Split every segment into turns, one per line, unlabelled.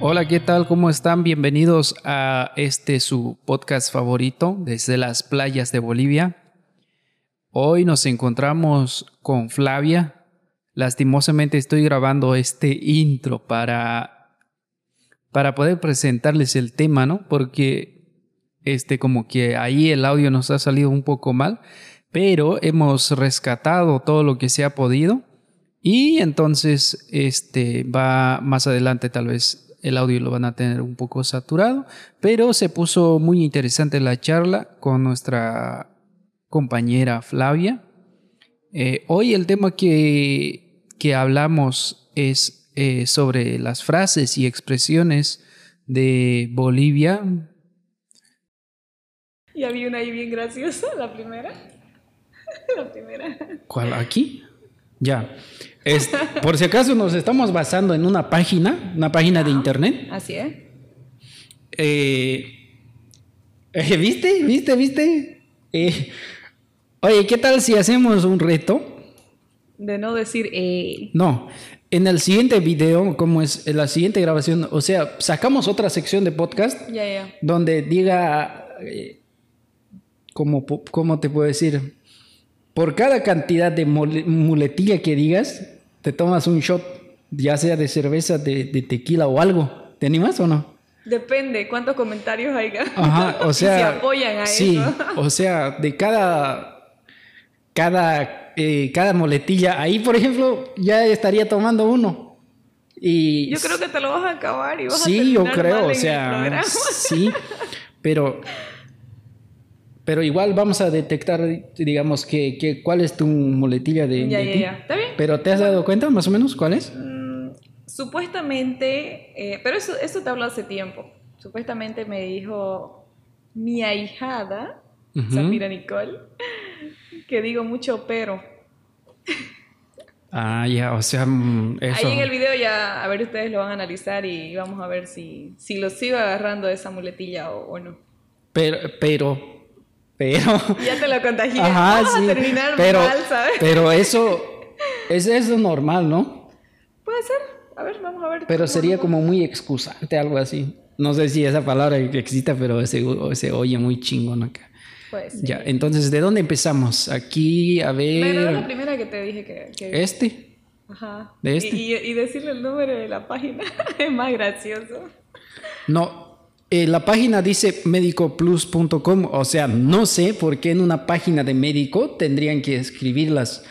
Hola, ¿qué tal? ¿Cómo están? Bienvenidos a este su podcast favorito desde las playas de Bolivia. Hoy nos encontramos con Flavia. Lastimosamente estoy grabando este intro para para poder presentarles el tema, ¿no? Porque este como que ahí el audio nos ha salido un poco mal, pero hemos rescatado todo lo que se ha podido y entonces este va más adelante tal vez el audio lo van a tener un poco saturado, pero se puso muy interesante la charla con nuestra compañera Flavia. Eh, hoy el tema que, que hablamos es eh, sobre las frases y expresiones de Bolivia.
Y había una ahí bien graciosa, la primera. la primera.
¿Cuál? ¿Aquí? Ya. Es, por si acaso nos estamos basando en una página, una página de internet.
Así es.
Eh, eh, ¿Viste? ¿Viste? ¿Viste? Eh, oye, ¿qué tal si hacemos un reto?
De no decir... Eh.
No. En el siguiente video, como es en la siguiente grabación, o sea, sacamos otra sección de podcast
Ya, ya.
donde diga, eh, como ¿cómo, ¿cómo te puedo decir? Por cada cantidad de mole- muletilla que digas, te tomas un shot, ya sea de cerveza, de, de tequila o algo. ¿Te animas o no?
Depende cuántos comentarios haya.
Ajá, o
Y
sea.
se apoyan a
sí,
eso.
o sea, de cada. Cada. eh, cada moletilla. Ahí, por ejemplo, ya estaría tomando uno. Y.
Yo creo que te lo vas a acabar y vas a
Sí, yo
terminar mal
creo,
en
o
el
sea.
programa.
Sí, pero. Pero igual vamos a detectar, digamos, que, que- cuál es tu moletilla de.
Ya,
de
ya,
ti.
ya. ¿Está bien?
Pero ¿te has dado cuenta más o menos cuál es?
Mm, supuestamente, eh, pero eso, eso te hablo hace tiempo. Supuestamente me dijo mi ahijada,
Ujú.
Zafira Nicole, que digo mucho pero.
Ah, ya, o sea, mm, eso.
Ahí en el video ya, a ver, ustedes lo van a analizar y vamos a ver si, si lo sigo agarrando esa muletilla o, o no.
Pero, pero, pero.
Ya te lo contagié.
Ajá,
vamos
sí.
a terminar
pero,
mal, ¿sabes?
Pero eso, es, es lo normal, ¿no?
Puede ser. A ver, vamos a ver.
Pero
cómo
sería
nos-
como muy excusante, algo así. No sé si esa palabra existe, pero se, se oye muy chingón acá.
Puede ser.
Ya, entonces, ¿de dónde empezamos? Aquí, a
Pero era la
ver.
primera que te dije que... que-
Este.
Ajá.
de este.
Y, y- y decirle el número de la página es más gracioso.
No. eh, la página dice medicoplus.com, o sea, no sé por qué en una página de médico tendrían que escribir las,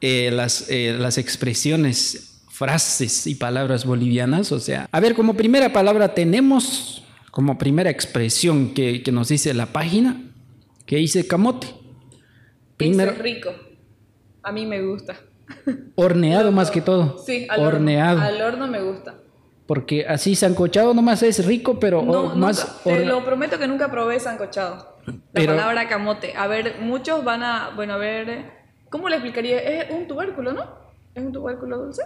eh, las, eh, las expresiones, frases y palabras bolivianas. O sea, a ver, como primera palabra tenemos, como primera expresión que, que nos dice la página, que dice camote. Primero,
Ese es rico. A mí me gusta.
horneado más que todo.
Sí, al
horneado.
horno. Al horno me gusta.
Porque así sancochado nomás es rico, pero
No,
o- más...
nunca. te
horne-
lo prometo que nunca probé sancochado. La
Pero-
palabra camote. A ver, muchos van a, bueno, a ver, eh, ¿cómo le explicaría? Es un tubérculo, ¿no? ¿Es un tubérculo dulce?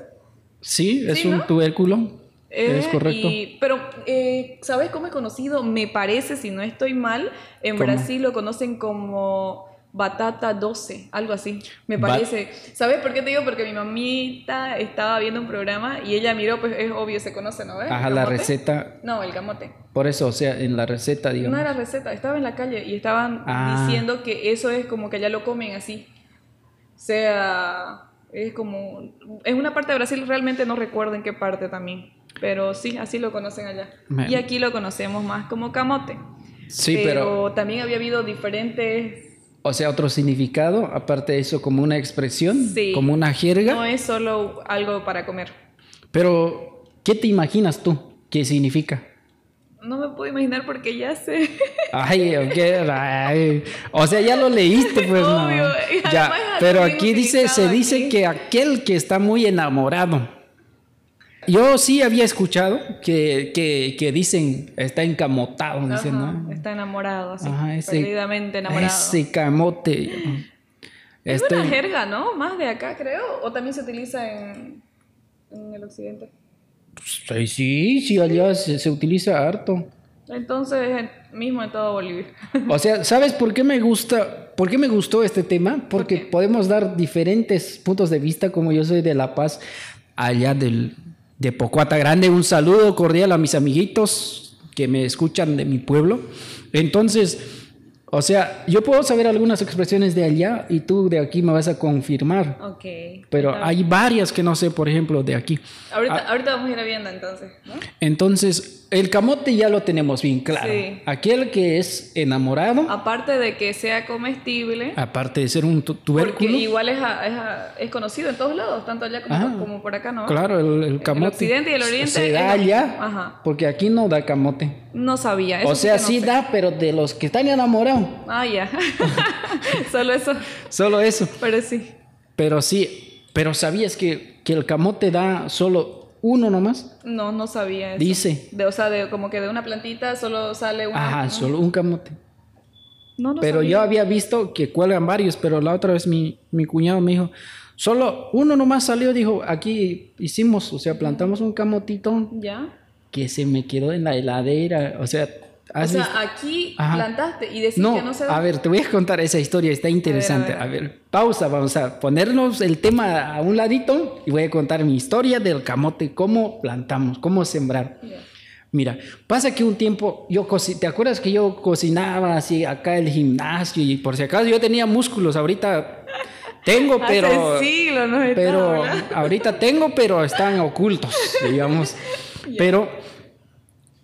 Sí, es
Sí,
un
¿no?
tubérculo. es
Eh,
correcto.
y- pero, eh, ¿sabes cómo es conocido? Me parece, si no estoy mal, en
¿Cómo?
Brasil lo conocen como batata 12, algo así, me
Ba-
parece. ¿Sabes por qué te digo? Porque mi mamita estaba viendo un programa y ella miró, pues es obvio, se conoce, ¿no? ¿Ves?
Ajá,
¿El
la
camote?
receta.
No, el camote.
Por eso, o sea, en la receta,
No
digamos.
era receta, estaba en la calle y estaban
Ah.
diciendo que eso es como que allá lo comen así. O sea, es como. En una parte de Brasil realmente no recuerdo en qué parte también. Pero sí, así lo conocen allá.
Me-
Y aquí lo conocemos más como camote.
Sí, pero,
pero, también había habido diferentes.
o sea, otro significado, aparte de eso, como una expresión,
Sí.
como una jerga.
No eh. es solo algo para comer.
Pero, ¿qué te imaginas tú? ¿Qué significa?
No me puedo imaginar porque ya sé.
Ay, ok, ay. O sea, ya lo leíste, pues no.
Obvio, y
Ya,
además es
pero
algo bien
aquí dice, se
utilizado
dice
aquí.
que aquel que está muy enamorado. Yo sí había escuchado que, que, que dicen, está encamotado, dicen,
Ajá,
¿no?
Está enamorado, así.
Ajá, ese-
perdidamente enamorado.
Ese camote. Este,
Es
Estoy-
una jerga, ¿no? Más de acá, creo. O también se utiliza en, en el occidente.
Sí, pues, sí, sí, allá se, se utiliza harto.
Entonces, es el mismo en todo Bolivia.
O sea, ¿sabes por qué me gusta? ¿Por qué me gustó este tema? Porque
qué?
podemos dar diferentes puntos de vista, como yo soy de La Paz, allá del de Pocuata Grande. Un saludo cordial a mis amiguitos que me escuchan de mi pueblo. Entonces, o sea, yo puedo saber algunas expresiones de allá y tú de aquí me vas a confirmar.
Ok.
Pero
Está
hay varias que no sé, por ejemplo, de aquí.
bien. Ahorita, ahorita vamos a ir viendo entonces, ¿no?
Entonces, el camote ya lo tenemos bien claro.
Sí. Ah.
Aquel que es enamorado,
Aparte de que sea comestible,
aparte de ser un tu-
porque
tubérculo,
igual es, a- es, a- es conocido en todos lados, tanto allá como,
Ajá.
como por acá, ¿no?
Ah, claro, el, el camote.
occidente y el oriente
Se
es
da
lo-
allá,
Ajá.
porque aquí no da camote.
No sabía. eso
o sea,
que no
sí
sé.
da, pero de los que están enamorados,
Ah, ya. Solo eso.
solo eso.
Pero sí.
Pero sí, pero ¿sabías que, que el camote da solo uno nomás?
No, no sabía eso.
Dice.
De, o sea, de, como que de una plantita solo sale una.
Ajá,
¿no?
solo un camote.
No, no
pero
sabía.
yo había visto que cuelgan varios, pero la otra vez mi, mi cuñado me dijo, solo uno nomás salió, dijo, aquí hicimos, o sea, plantamos un camotito
Ya.
que se me quedó en la heladera, o sea,
O
¿has
sea,
visto?
aquí
Ajá.
plantaste y decís
No,
que no se da.
a ver, te voy a contar esa historia, está interesante.
ver,
A
a
ver, pausa, vamos a ponernos el tema a un ladito y voy a contar mi historia del camote, cómo plantamos, cómo sembrar.
Ya.
Mira, pasa que un tiempo yo coci- ¿te acuerdas que yo cocinaba así acá el gimnasio y por si acaso yo tenía músculos ahorita tengo pero
Hace siglo, ¿no? Está,
pero
¿verdad?
ahorita tengo pero están ocultos, digamos. Pero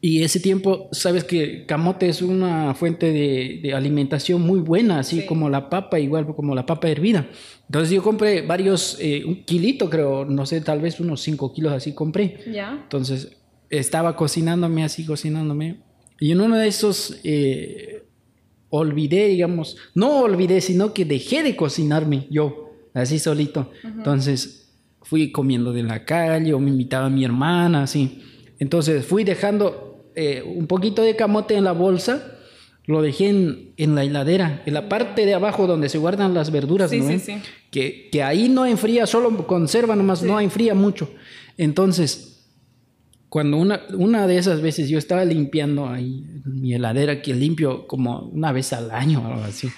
y ese tiempo, sabes que camote es una fuente de, de alimentación muy buena, así
Sí.
como la papa, igual como la papa hervida. Entonces yo compré varios, eh, un kilito creo, no sé, tal vez unos 5 kilos así compré.
Ya.
Entonces estaba cocinándome así, cocinándome. Y en uno de esos eh, olvidé, digamos, no olvidé, sino que dejé de cocinarme yo, así solito. Entonces fui comiendo de la calle o me invitaba mi hermana, así. Entonces fui dejando eh, un poquito de camote en la bolsa. Lo dejé en, en la heladera, en la parte de abajo donde se guardan las verduras,
Sí,
¿no
sí,
ven?
sí.
que, que ahí no enfría, solo conserva nomás, no enfría mucho. Entonces, cuando una, una de esas veces yo estaba limpiando ahí mi heladera, que limpio como una vez al año o algo así.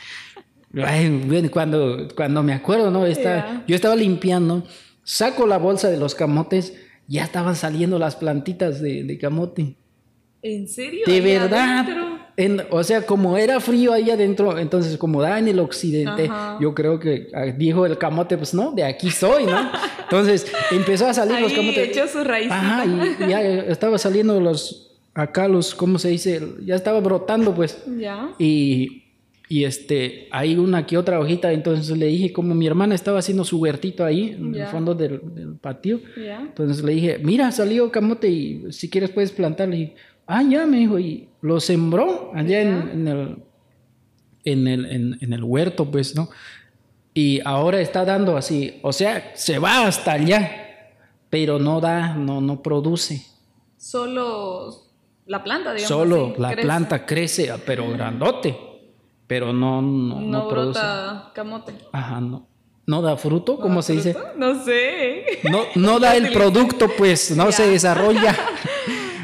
Ay, bueno, cuando, cuando me acuerdo, ¿no? Estaba-
Ya.
Yo estaba limpiando, saco la bolsa de los camotes, ya estaban saliendo las plantitas de, de camote.
¿En serio?
De
Ahí
verdad.
adentro.
en- o sea, como era frío ahí adentro, entonces como da en el occidente,
Ajá.
yo creo que ah, dijo el camote, pues no, de aquí soy, ¿no? Entonces empezó a salir los
Ahí
camotes.
echó sus raíces.
Ajá, y ya estaba saliendo los, acá los, ¿cómo se dice? Ya estaba brotando pues.
Ya.
Y, y este, hay una que otra hojita, entonces le dije, como mi hermana estaba haciendo su huertito ahí, en el
Ya.
fondo del, del patio,
Ya.
entonces le dije, mira, salió camote y si quieres puedes plantarlo. Y, ah, ya, me dijo, y lo sembró allá en,
Ya.
en el, en, el, en- en el huerto, pues, ¿no? Y ahora está dando así, o sea, se va hasta allá, pero no da, no, no produce.
Solo la planta, digamos.
Solo
así,
la
crece.
planta crece, ah, pero grandote, pero no, no,
No,
no produce.
brota camote.
Ajá, no. No da fruto, ¿cómo se dice?
¿Fruta? No sé.
no, no da el producto, pues no se
Ya.
desarrolla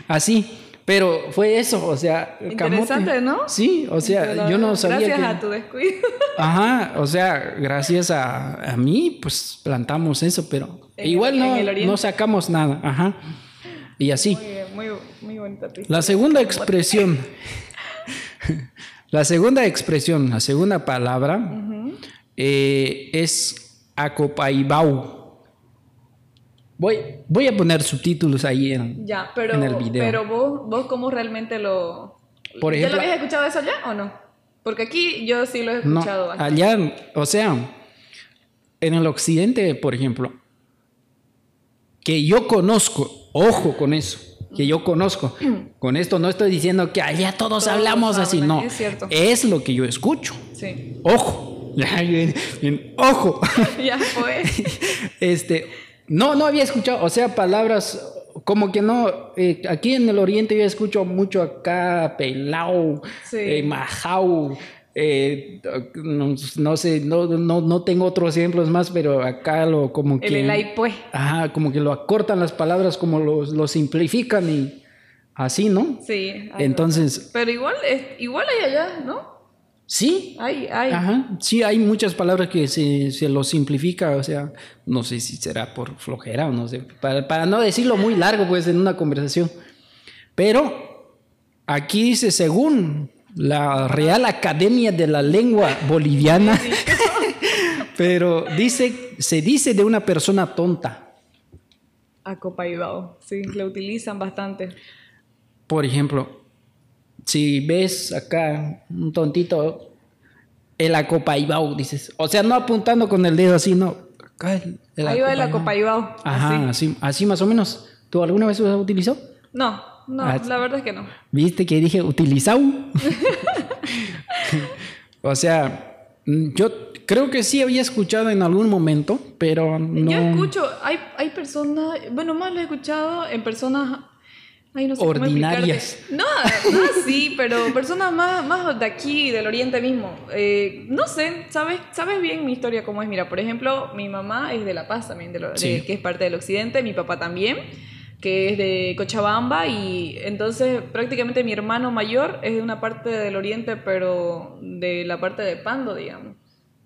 así. Pero fue eso, o sea, el camote.
Interesante, ¿no?
Sí, o sea,
Pero
yo no sabía
Gracias
que-
a tu descuido.
Ajá, o sea, gracias a, a mí, pues plantamos eso, pero
En el-
igual no,
en el oriente.
no sacamos nada, ajá. Y así.
Muy, bien, muy, muy bonita tu
La
historia.
segunda expresión, la segunda expresión, la segunda palabra eh, es acopaibau. Voy, voy a poner subtítulos ahí en,
Ya, pero,
en el video.
pero vos, vos cómo realmente lo...
Por
¿Ya
ejemplo-
lo habías escuchado eso ya o no? Porque aquí yo sí lo he
No,
escuchado. bastante.
allá, o sea, en el occidente, por ejemplo, que yo conozco, ojo con eso, que yo conozco. Con esto no estoy diciendo que allá todos,
Mm. Todos
hablamos así,
hablan,
no.
es cierto.
es lo que yo escucho.
Sí.
Ojo. Ya, bien, bien, ojo.
ya fue.
Este, no, no había escuchado, o sea, palabras como que no. eh, aquí en el Oriente yo escucho mucho acá pelao,
Sí.
eh, majao. eh, no, no sé, no, no, no tengo otros ejemplos más, pero acá lo como que.
El elay pues.
Ajá, como que lo acortan las palabras, como lo, lo simplifican y así, ¿no?
Sí. algo.
Entonces,
Pero igual, es, igual hay allá, ¿no?
Sí,
Ay, ay.
Ajá, sí, hay muchas palabras que se, se lo simplifica, o sea, no sé si será por flojera o no sé, para, para no decirlo muy largo, pues, en una conversación. Pero aquí dice, según la Real Academia de la Lengua Boliviana, pero dice, se dice de una persona tonta.
Acopaidado. Sí, lo utilizan bastante.
Por ejemplo, si ves acá un tontito, el acopaibao, dices, o sea, no apuntando con el dedo así, no. Acá el, el
Ahí va el
acopaibao.
acopaidado.
Ajá,
así.
así. Así, más o menos. ¿Tú alguna vez lo has utilizado?
No, no,
Ah,
la verdad es que no.
¿Viste que dije utilizado? o sea, mm, yo creo que sí había escuchado en algún momento, pero no.
Yo escucho, hay, hay personas, bueno, más lo he escuchado en personas, ay, no sé
Ordinarias.
cómo explicarte. No, no sí, pero personas más, más de aquí, del oriente mismo. Eh, no sé, sabes, sabes bien mi historia cómo es. Mira, por ejemplo, mi mamá es de La Paz también, de lo- de-
Sí.
que es parte del occidente, mi papá también que es de Cochabamba y entonces prácticamente mi hermano mayor es de una parte del oriente pero de la parte de Pando digamos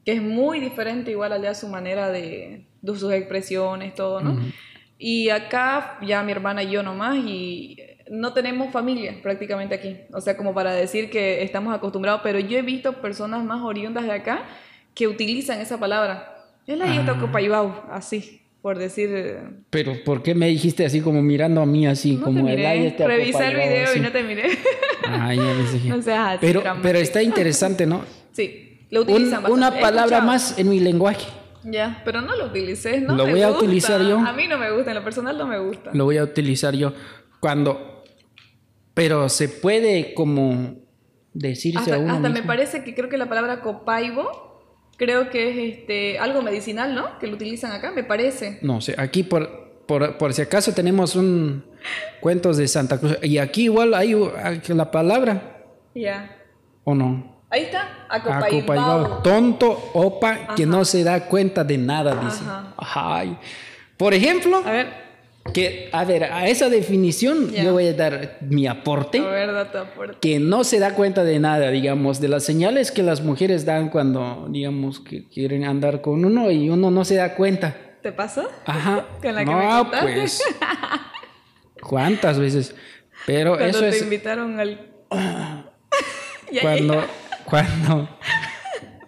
que es muy diferente igual allá su manera de, de sus expresiones, todo, ¿no?
Mm,
Y acá ya mi hermana y yo nomás y no tenemos familia prácticamente aquí, o sea, como para decir que estamos acostumbrados, pero yo he visto personas más oriundas de acá que utilizan esa palabra. Es la dieta
Ah.
Copaibau, así, por decir... eh,
Pero ¿por qué me dijiste así como mirando a mí así
No
como
te
el ay,
miré,
este
revisé el
acopaibao,
video
así?
y no te miré.
Ah, ya les dije.
no seas así,
Pero,
dramático.
pero está interesante, ¿no?
Sí, lo
Un-
utilizan bastante.
una
He
palabra
escuchado.
más en mi lenguaje.
Ya, pero no lo utilices, no
Lo
me
voy a
gusta.
utilizar yo.
A mí no me gusta, en lo personal no me gusta.
Lo voy a utilizar yo cuando... Pero se puede como decirse
hasta
a uno
hasta me
mismo.
Ah, parece que creo que la palabra copaibo, creo que es este algo medicinal, ¿no? Que lo utilizan acá, me parece.
No sé, aquí por, por, por si acaso tenemos un... Cuentos de Santa Cruz. Y aquí igual hay, hay la palabra,
Ya.
¿o no?
Ahí está,
Acopaibao.
acopaibao.
Tonto, opa, que
Ajá.
no se da cuenta de nada, dice.
Ajá.
Ay. Por ejemplo,
A ver,
que, a ver, a esa definición
Ya.
yo voy a dar mi aporte.
a ver, date aporte.
que no se da cuenta de nada, digamos, de las señales que las mujeres dan cuando, digamos, que quieren andar con uno y uno no se da cuenta.
¿Te pasó?
Ajá.
Con la que
no,
me contaste.
pues. ¿Cuántas veces? Pero
Cuando
eso
te
es
invitaron al. ya,
cuando,
ya,
cuando.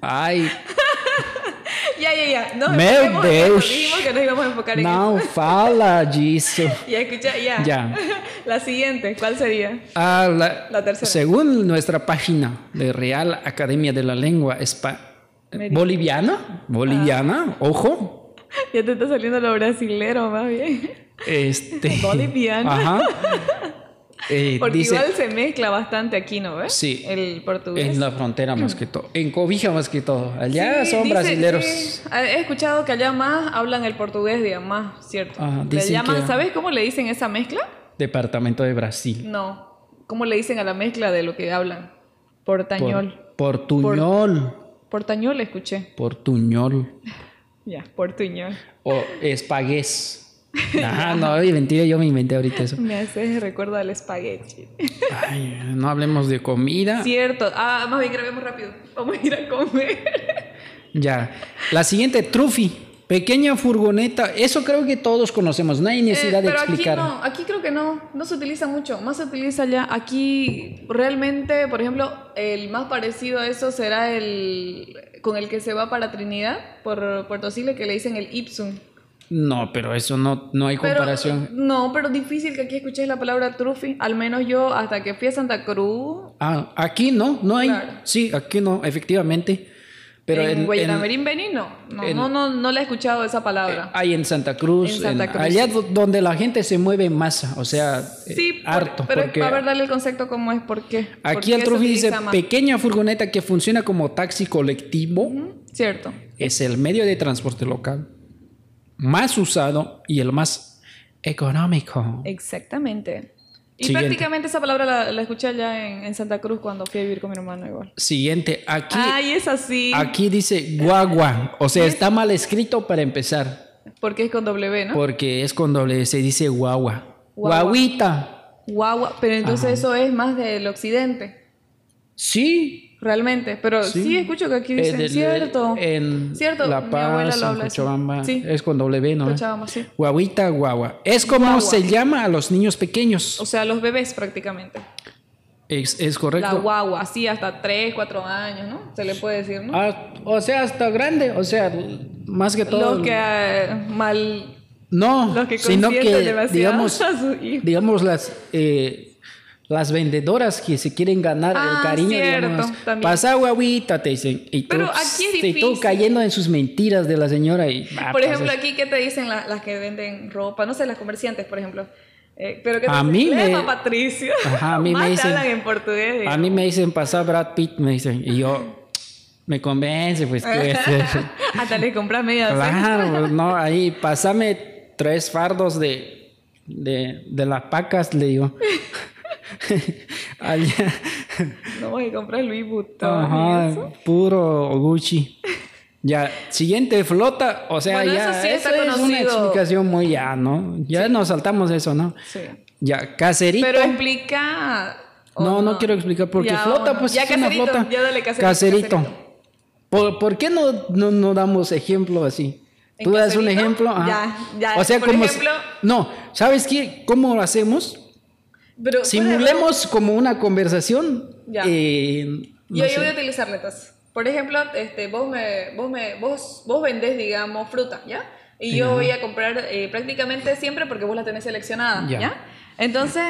Ay,
ya, ya, ya. No,
Meu
enfoquemos en esto,
Deus.
Dijimos que nos íbamos a enfocar en
no fala disso.
eso. Ya, escucha, ya.
Ya.
la siguiente, ¿cuál sería?
Ah, la-
La tercera.
Según nuestra página de Real Academia de la Lengua Espa-
Meri- Ah.
Boliviana, boliviana, ojo,
Ya te está saliendo lo brasilero, más bien.
Este.
Boliviano.
Ajá. Eh,
Porque
dice,
igual se mezcla bastante aquí, ¿no ves?
Sí.
El portugués.
en la frontera más que todo. En Cobija más que todo. Allá
Sí,
son
dice-
brasileros.
sí. Ah, He escuchado que allá más hablan el portugués, digamos, más, ¿cierto?
Ajá,
le
dicen
llaman,
que-
¿Sabes cómo le dicen esa mezcla?
Departamento de Brasil.
No. ¿Cómo le dicen a la mezcla de lo que hablan? Portañol.
Por- portuñol.
Portañol escuché.
Portuñol.
Ya, portuñol.
O espagués. Ajá, no, y mentira, yo me inventé ahorita eso.
Me haces recuerdo al espagueti.
Ay, no hablemos de comida.
Cierto. Ah, más bien grabemos rápido. Vamos a ir a comer.
Ya. La siguiente, trufi. Pequeña furgoneta. Eso creo que todos conocemos. No hay necesidad
Eh,
de
pero
explicar.
aquí no, aquí creo que no, no se utiliza mucho, más se utiliza ya. Aquí realmente, por ejemplo, el más parecido a eso será el con el que se va para Trinidad, por Puerto Sigle, que le dicen el Ipsum.
No, pero eso no, no hay
Pero,
comparación.
no, pero difícil que aquí escuches la palabra trufi, al menos yo hasta que fui a Santa Cruz,
Ah, aquí no, no hay.
Claro.
Sí, aquí no, efectivamente. Pero en,
en
en-
Guayanamerín Benino, no,
en-
no, no, no la he escuchado esa palabra.
hay en Santa Cruz,
En Santa Cruz,
allá
sí.
do- donde la gente se mueve en masa, o sea, eh,
sí, por-
harto.
pero
porque
a ver, dale el concepto cómo es, por qué. ¿Por
aquí
qué
el
se
trufi dice
utiliza más?
pequeña furgoneta que funciona como taxi colectivo,
Mm, Cierto.
es el medio de transporte local más usado y el más económico.
Exactamente. Y
Siguiente.
prácticamente esa palabra la, la escuché allá en, en Santa Cruz cuando fui a vivir con mi hermano igual.
Siguiente, aquí,
Ay, es así.
aquí dice guagua, o sea, está mal escrito para empezar.
Porque es con W, ¿no?
Porque es con doble, se dice guagua.
¿Ah? Guagua.
Guaguita.
Guagua. Pero entonces
Ajá.
eso es más del occidente.
Sí.
Realmente, pero sí,
Sí.
escucho que aquí
Eh,
dicen,
del- eh,
cierto,
En
Cierto, mi
La
abuela lo
Paz, en
habla así.
Cochabamba.
Sí.
Es con doble B, ¿no? eh.
Cochabamba, sí.
Guaguita, guagua. Es como
Guagua.
se llama a los niños pequeños.
O sea, los bebés prácticamente.
Es, es
La
correcto.
guagua, así hasta 3, 4 años, ¿no? Se le puede decir, ¿no?
Ah, o sea, hasta grande. O sea, más que todo.
los que eh, mal
no,
los que
sino
consienten
que,
demasiado
digamos,
a su hijo.
digamos las eh, las vendedoras que se quieren ganar
Ah,
el cariño
cierto,
digamos,
también.
pasa guaguita te dicen y tú,
Pero aquí es
y tú
difícil.
cayendo en sus mentiras de la señora y ah,
Por
pues,
ejemplo,
es-
aquí, ¿qué te dicen la- las que venden ropa? No sé, las comerciantes, por ejemplo. Eh, pero ¿qué te
A
dicen?
mí me-
Lema, Patricio.
Ajá, a mí
Más
me
te
dicen-
hablan en portugués.
a
digamos.
mí me dicen pasa Brad Pitt me dicen y yo me convence pues que
Hasta les compras media docena.
claro pues, no ahí pásame tres fardos de de, de las pacas le digo allá
No voy a comprar Louis Vuitton. y eso.
Ajá, puro Gucci. Ya, siguiente flota, o sea,
Bueno,
ya
eso sí está
es una
conocido.
explicación muy ya, ¿no? Ya nos saltamos eso, ¿no?
Sí.
Ya, caserito.
Pero explica. o
no, no, quiero explicar porque
Ya,
flota,
o no.
pues
ya
es
caserito,
una flota.
Ya dale caserito.
Caserito.
caserito.
¿Por, por qué no, no, no damos ejemplo así?
¿En
Tú das un
caserito?
ejemplo.
Ya, ya,
O sea,
por
como.
ejemplo-
No, ¿sabes qué? ¿Cómo lo hacemos?
Pero puede-
Simulemos como una conversación.
Ya.
eh, no
Yo, yo
sé.
voy a utilizar letras. Por ejemplo, este, vos, me, vos, me, vos, vos vendés, digamos, fruta, ¿ya? Y yo
Ya.
voy a comprar eh, prácticamente siempre porque vos la tenés seleccionada, ¿ya?
Ya.
Entonces,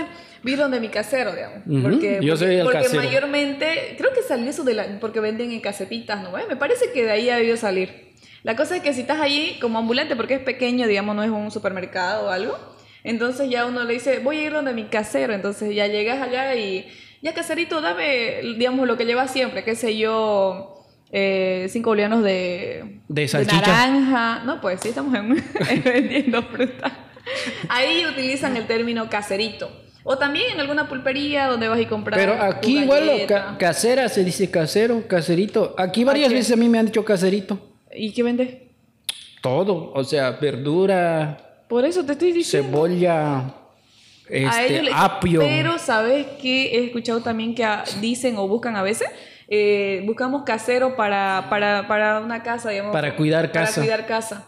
vi donde mi casero, digamos.
Ujú,
porque,
yo soy el
porque
casero.
mayormente, creo que salió eso de la, porque venden en casetitas, ¿no? Eh, Me parece que de ahí ha debido salir. La cosa es que si estás allí como ambulante, porque es pequeño, digamos, no es un supermercado o algo, entonces ya uno le dice, voy a ir donde mi casero, entonces ya llegas allá y, ya caserito, dame, digamos, lo que llevas siempre, qué sé yo, eh, cinco bolivianos de,
De salchicha.
naranja, no, pues sí, estamos en- vendiendo fruta. Ahí utilizan el término caserito. O también en alguna pulpería donde vas y comprar.
Pero
tu
aquí igual lo
galleta.
ca- casera se dice casero, caserito. Aquí varias
Ok.
veces a mí me han dicho caserito.
¿Y qué vendes?
Todo, o sea, verdura,
Por eso te estoy diciendo.
cebolla,
A
este,
ellos le-
apio.
Pero sabes que he escuchado también que ah, dicen o buscan a veces, Eh, buscamos casero para, para, para una casa, digamos.
Para cuidar
Para
casa.
cuidar casa.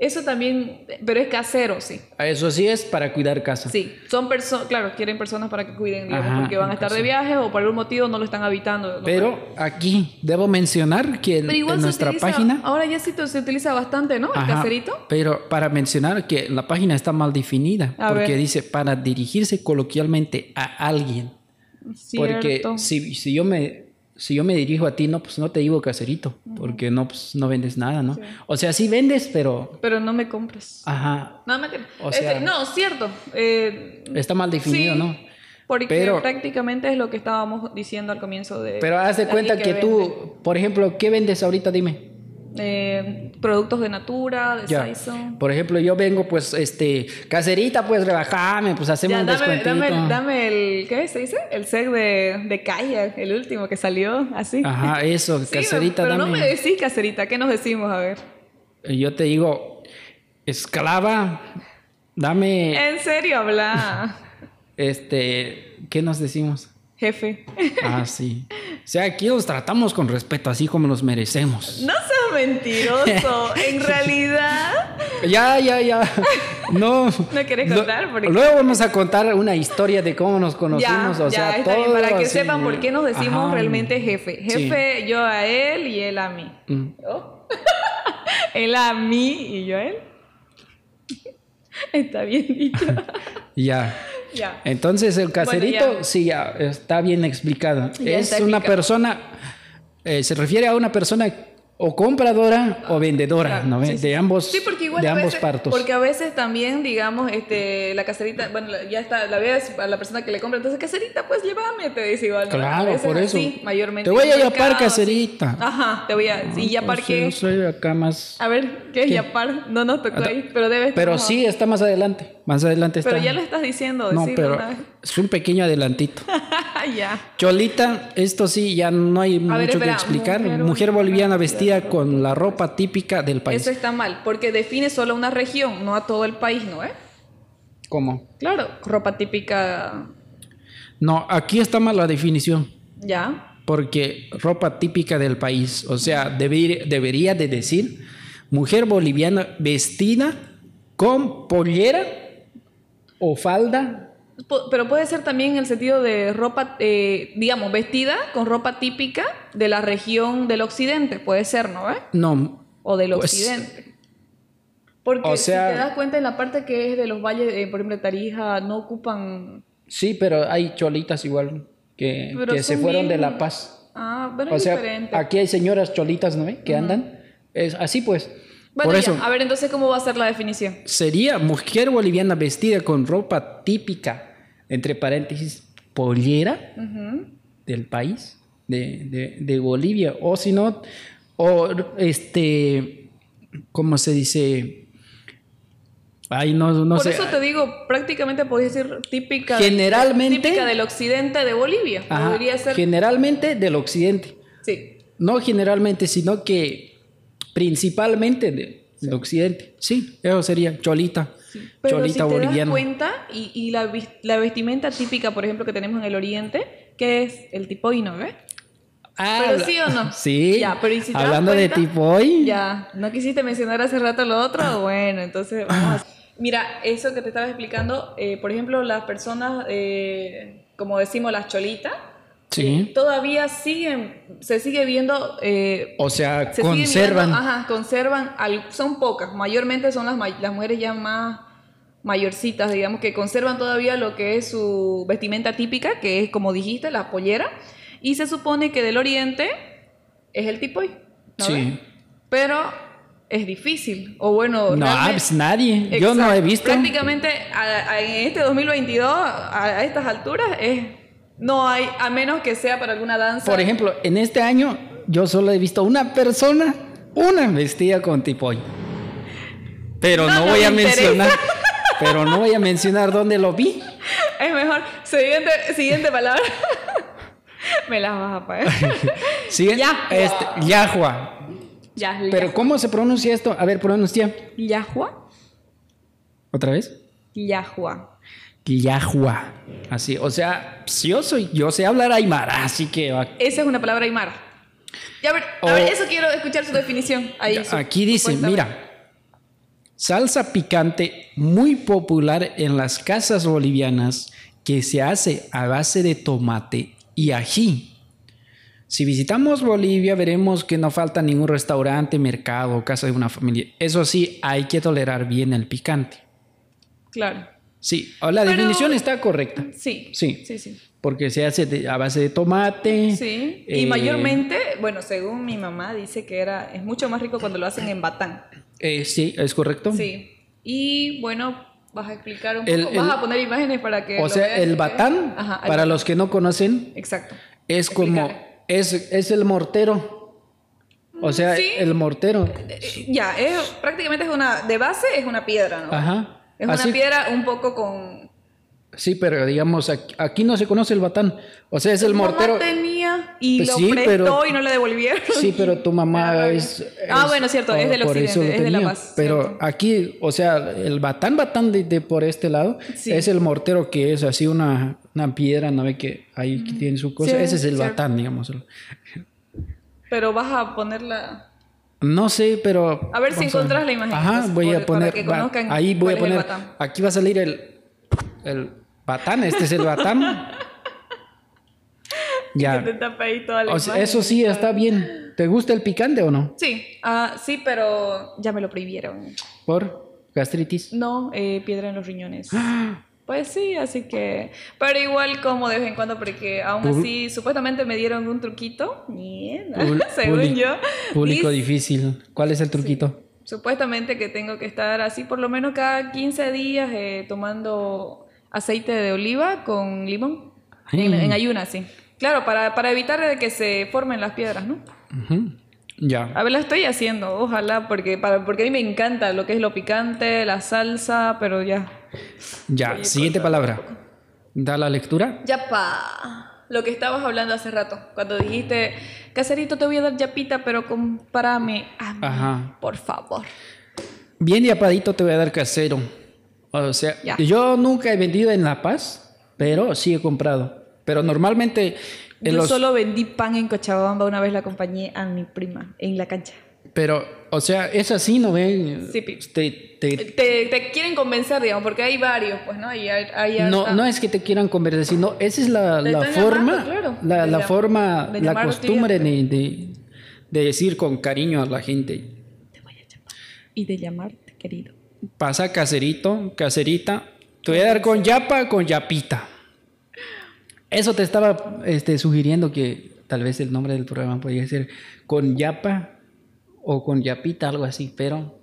Eso también, pero es casero, sí.
Eso sí es para cuidar casa.
Sí, son personas, claro, quieren personas para que cuiden, digamos,
Ajá,
porque van a estar de
casero.
viaje o por algún motivo no lo están habitando. no
Pero aquí debo mencionar que en,
Pero igual
en
se
nuestra
utiliza-
página.
Ahora ya sí te- se utiliza bastante, ¿no? El
Ajá,
caserito.
Pero para mencionar que la página está mal definida,
A
porque
ver.
dice para dirigirse coloquialmente a alguien. Porque
Cierto.
si, si yo me si yo me dirijo a ti, no, pues no te digo caserito, porque no, pues no vendes nada, ¿no? O sea, sí vendes, pero
Pero no me compras.
ajá,
No, mentira.
O
Este,
sea-
no, cierto. Eh,
está mal definido,
Sí,
¿no?
Porque
Pero-
prácticamente es lo que estábamos diciendo al comienzo de...
Pero haz de
de
cuenta que,
alguien vende,
tú, por ejemplo, ¿qué vendes ahorita? Dime.
eh, productos de Natura, de
Ya.
Saison.
Por ejemplo, yo vengo, pues, este, caserita, pues rebajame, pues hacemos
Ya,
un
dame,
descuentito.
dame, el- dame el... ¿Qué se dice? El set de, de Kayak, el último que salió, así.
Ajá, eso,
Sí,
caserita,
pero
dame.
no me decís caserita, ¿qué nos decimos? A ver.
Yo te digo, esclava, dame,
En serio, habla,
este, ¿qué nos decimos?
jefe.
Ah, sí. O sea, aquí los tratamos con respeto, así como los merecemos.
No seas mentiroso. En realidad,
Ya, ya, ya. No.
¿No quieres
Lo-
contar? Porque-
Luego vamos a contar una historia de cómo nos conocimos. o sea,
está bien,
todo
para que
así.
sepan por qué nos decimos
Ajá.
realmente jefe. Jefe, yo a él y él a mí.
Mm.
¿No? él a mí y yo a él. Está bien dicho.
Ya. Eh,
ya.
Entonces, el caserito,
Bueno, ya.
sí, ya está bien explicado.
Ya
es
está
una
explicado.
persona, eh, se refiere a una persona o compradora o vendedora,
Claro,
¿no? ve?
sí, sí,
de ambos,
Sí, porque igual
de
a
ambos
veces,
partos.
porque a veces también, digamos, este, la caserita, bueno, la- ya está, la ves a la persona que le compra, entonces caserita, pues llévame, te dice igual. ¿no? A
Claro,
veces
por eso.
así, mayormente.
Te voy a
en
llevar
mercados, así.
caserita.
Ajá, te voy a, y ya Ah,
Pues,
parqué.
yo soy acá más.
A ver, ¿qué es
¿Qué?
yapar? No nos tocó ahí, pero debe estar
Pero
mejor.
sí, está más adelante. Más adelante está.
Pero ya lo estás diciendo,
No,
decirlo
pero
una vez.
es un pequeño adelantito.
Ah, ya.
Cholita, esto sí, ya no hay mucho
ver,
que
espera.
explicar.
Mujer
Mujer,
boliviana
boliviana vestida con la ropa típica del país.
Eso está mal, porque define solo una región, no a todo el país, ¿no? ¿Eh?
¿Cómo?
Claro, ropa típica,
No, aquí está mal la definición.
ya.
porque ropa típica del país, o sea, deber- debería de decir mujer boliviana vestida con pollera o falda.
Po- Pero puede ser también en el sentido de ropa, eh, digamos, vestida con ropa típica de la región del occidente, puede ser, ¿no? ve?
No,
O del
Pues-
occidente. Porque
o sea-
si te das cuenta en la parte que es de los valles, eh, por ejemplo, de Tarija, no ocupan...
sí, pero hay cholitas igual que,
Pero
que se
son
fueron de
bien-
La Paz.
Ah, pero
O
es
sea,
diferente.
aquí hay señoras cholitas, ¿no? ve? Que andan. Es así pues.
Bueno,
Por
ya,
eso
a ver, entonces, ¿cómo va a ser la definición?
sería mujer boliviana vestida con ropa típica, entre paréntesis, pollera
Ujú.
del país, de, de- de Bolivia. O si no, o este, ¿cómo se dice? Ay, no, no
Por
sé.
eso te digo, prácticamente podría decir típica,
Generalmente-
típica del occidente de Bolivia.
Ajá,
Podría ser.
Generalmente del occidente.
sí.
No generalmente, sino que principalmente de- del occidente. Sí, eso sería cholita.
Pero si
cholita
te das
boliviana.
cuenta, y, y la, vis- la vestimenta típica, por ejemplo, que tenemos en el oriente, que es el tipoino, ¿ves?
Ah,
¿Pero
la-
sí o no?
Sí.
Ya, pero ¿y si te das
Hablando de
cuenta?
tipoy.
Ya, no quisiste mencionar hace rato lo otro, bueno, entonces vamos a... Mira, eso que te estaba explicando, eh, por ejemplo, las personas, eh, como decimos, las cholitas, eh,
Sí.
todavía siguen, se sigue viendo... eh,
O sea,
se sigue
conservan.
mirando, ajá, conservan, al- son pocas, mayormente son las, may- las mujeres ya más mayorcitas, digamos, que conservan todavía lo que es su vestimenta típica, que es, como dijiste, la pollera, y se supone que del oriente es el tipoy, ¿no
Sí.
ves? Pero es difícil, o bueno,
no, ah,
realmente-
pues nadie. Yo no he
Exacto.
visto.
Prácticamente a- a- en este 2022, a, a estas alturas, es, no hay, a menos que sea para alguna danza.
Por ejemplo, en este año yo solo he visto una persona, una vestida con tipoy. Pero
No
no,
nos
voy a
interesa.
mencionar. Pero no voy a mencionar dónde lo vi.
Es mejor. Siguiente, siguiente palabra. Me las vas a pagar.
Sí,
Yahua.
este, Yahua.
ya,
Pero ¿cómo se pronuncia esto? A ver, pronuncia.
Yahua.
¿Otra vez?
Yahua.
Yahua. Así, o sea, si yo soy, yo sé hablar aymara, así que aquí-
Esa es una palabra aymara. Ya, a ver,
O-
a ver, eso quiero escuchar su definición. Ahí, su-
Oh. Aquí dice,
cuéntame.
mira, salsa picante muy popular en las casas bolivianas que se hace a base de tomate y ají. Si visitamos Bolivia veremos que no falta ningún restaurante, mercado o casa de una familia. Eso sí, hay que tolerar bien el picante.
Claro.
Sí, o la
Pero-
definición está correcta.
Sí.
Sí.
Sí, sí.
Porque se hace de- a base de tomate.
Sí.
eh,
y mayormente, bueno, según mi mamá, dice que era, es mucho más rico cuando lo hacen en batán.
eh, sí, es correcto.
Sí. Y bueno, vas a explicar un poco,
El- el-
vas a poner imágenes para que.
O
lo
sea,
vean.
el batán,
Ajá, el
para
batán.
los que no conocen,
Exacto.
es como,
Explícale.
es, es el mortero. O sea,
Mm, sí.
el mortero.
Eh, Ya, es, prácticamente es una. De base es una piedra, ¿no?
Ajá.
Es
Así-
una piedra un poco con.
Sí, pero digamos, aquí, aquí no se conoce el batán. O sea, es el mortero.
No tenía y
Pues
lo
sí,
prestó
pero-
y no le devolvieron.
Sí, pero tu mamá
Ah,
es,
ah,
es-
bueno, cierto,
o-
es del
por eso lo
occidente, es de La
tenía.
Paz,
Pero
cierto.
aquí, o sea, el batán, batán de, de por este lado,
Sí.
es el mortero que es así una, una piedra, ¿no ve? Que ahí que tiene su cosa.
Mm. Sí,
Ese es el
cierto.
batán, digamos.
Pero vas a ponerla.
No sé, pero.
A ver si
vamos
encontrás la imagen,
Ajá,
entonces,
voy
por-
a
para
poner.
que
va-
conozcan
ahí voy
cuál
a
es el
poner.
batán.
Aquí va a salir el. El batán. Este es el batán.
Que te
ya.
tapa ahí toda la
O sea,
imagen.
eso sí está bien. ¿Te gusta el picante o no?
Sí, ah, sí, pero ya me lo prohibieron.
Por gastritis.
No, eh, piedra en los riñones. Pues sí, así que. Pero igual como de vez en cuando, porque aún
Pub-
así, supuestamente me dieron un truquito. Mierda,
Pul-
según
publi-
yo.
Público
Dice-
difícil. ¿Cuál es el truquito?
Supuestamente que tengo que estar así por lo menos cada 15 días eh, tomando aceite de oliva con limón. En,
Mm.
en ayunas, sí. Claro, para, para evitar de que se formen las piedras, ¿no?
Ujú. Ya.
A ver, lo estoy haciendo, ojalá, porque, para, porque a mí me encanta lo que es lo picante, la salsa, pero ya.
Ya. Siguiente palabra. Da la lectura.
Ya pa. Lo que estabas hablando hace rato, cuando dijiste, Caserito, te voy a dar yapita, pero compárame a mí,
Ajá.
por favor.
Bien yapadito te voy a dar casero. O sea,
Ya.
yo nunca he vendido en La Paz, pero sí he comprado. Pero normalmente
Yo
los-
solo vendí pan en Cochabamba una vez la acompañé a mi prima en la cancha.
Pero, o sea, es así, ¿no ven?
Sí, pi.
Te- te-
Te, te quieren convencer, digamos, porque hay varios, pues, ¿no? Y hay, hay
no,
harta-
no es que te quieran convertir, sino esa es la,
Te
la
están
forma,
llamando, claro.
la,
De
la
llam-
forma,
de
la
llamar
costumbre de, de- de decir con cariño a la gente.
Y de llamarte, querido.
Pasa caserito, caserita, te voy a dar con yapa, con yapita. Eso te estaba este, sugiriendo que tal vez el nombre del programa podría ser con yapa o con yapita, algo así, pero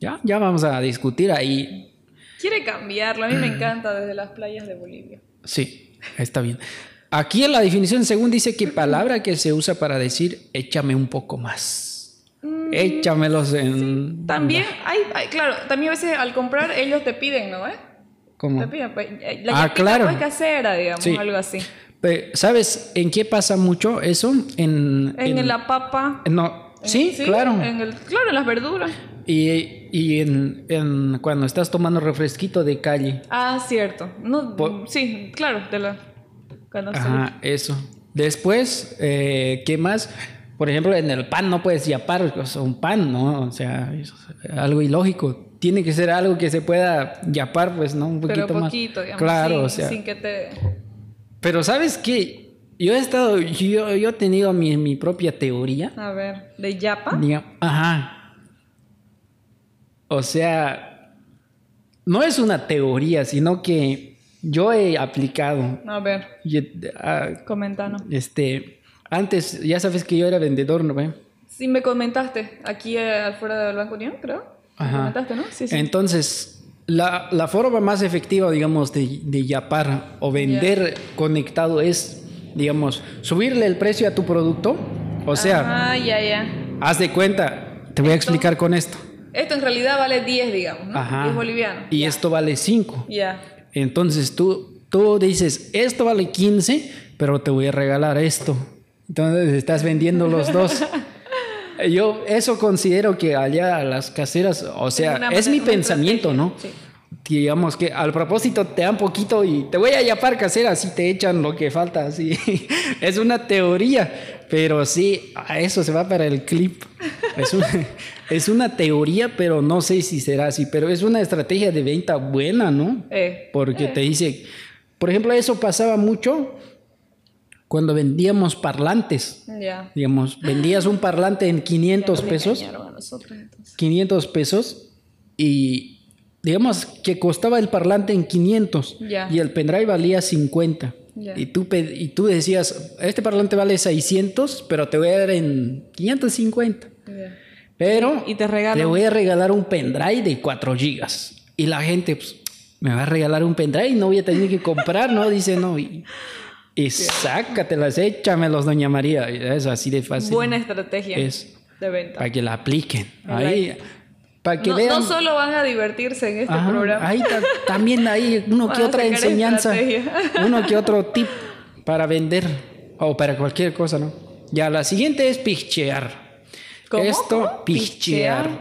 ya, ya vamos a discutir ahí
Quiere cambiarlo, a mí me encanta desde las playas de Bolivia.
Sí, está bien. Aquí en la definición, según dice que palabra que se usa para decir échame un poco más.
Mm,
Échamelos en.
También hay, hay- claro, también a veces al comprar ellos te piden, ¿no? ¿Eh?
¿Cómo?
Te piden, pues, eh, la
Ah,
capita,
claro.
pues, casera, digamos,
Sí.
algo así.
Pe- ¿Sabes en qué pasa mucho eso? En.
En, la papa.
Eh, No. Sí,
Eh, Sí,
claro.
En el, claro, en las verduras.
Y, y en, en cuando estás tomando refresquito de calle.
Ah, cierto. No,
Po-
sí, claro, de la. Cuando se-
Ajá, eso. Después, eh, ¿qué más? Por ejemplo, en el pan no puedes yapar o sea, un pan, ¿no? O sea, es algo ilógico. Tiene que ser algo que se pueda yapar, pues, ¿no? Un poquito
pero
más.
poquito, digamos.
claro,
sin,
o sea.
sin que te.
Pero ¿sabes qué? Yo he estado, yo, yo he tenido mi, mi propia teoría.
A ver, de yapa.
Diga- ajá. O sea, no es una teoría, sino que yo he aplicado.
A ver,
y, eh, ah,
comentanos.
Este, antes, ya sabes que yo era vendedor, ¿no? ve?
Sí, me comentaste aquí eh, afuera del Banco Unión, creo.
Ajá.
Me comentaste, ¿no? Sí, sí.
Entonces, la, la forma más efectiva, digamos, de, de yapar o vender conectado es, digamos, subirle el precio a tu producto. O sea,
Ah, ya, ya.
haz de cuenta, te voy a explicar con esto.
Esto en realidad vale 10, digamos, ¿no?
Ajá.
10 bolivianos.
Y esto vale 5.
Ya.
Entonces tú, tú dices, esto vale 15, pero te voy a regalar esto. Entonces estás vendiendo los dos. Yo eso considero que allá las caseras, o sea,
una-
es mi
una
pensamiento, ¿no?
estrategia,
Digamos que al propósito te dan poquito y te voy a yapar casera si te echan lo que falta, así. es una teoría, pero sí, a eso se va para el clip. Es, un- es una teoría, pero no sé si será así, pero es una estrategia de venta buena, ¿no?
Eh.
Porque te dice, por ejemplo, eso pasaba mucho cuando vendíamos parlantes.
Ya.
Digamos, vendías un parlante en 500 pesos,
Engañaron a nosotros, entonces.
500 pesos y digamos que costaba el parlante en 500
Ya.
y el pendrive valía 50.
Ya.
Y, tú, pe- y tú decías, este parlante vale 600, pero te voy a dar en 550.
Ya.
Pero
Y te regalan.
te voy a regalar un pendrive de 4 gigas. Y la gente, pues, me va a regalar un pendrive, no voy a tener que comprar, ¿no? Dice, no. Y, y sácatelas, échamelos, doña María. Es así de fácil.
Buena estrategia
Es.
de venta.
Para que la apliquen.
El
Ahí. Para que
no,
vean.
no solo van a divertirse en este
Ajá,
programa.
ahí ta- también hay uno
Van
que
a
otra
sacar
enseñanza,
estrategia.
uno que otro tip para vender o para cualquier cosa, ¿no? Ya, la siguiente es pichear.
¿Cómo?
Esto,
¿Cómo?
pichear.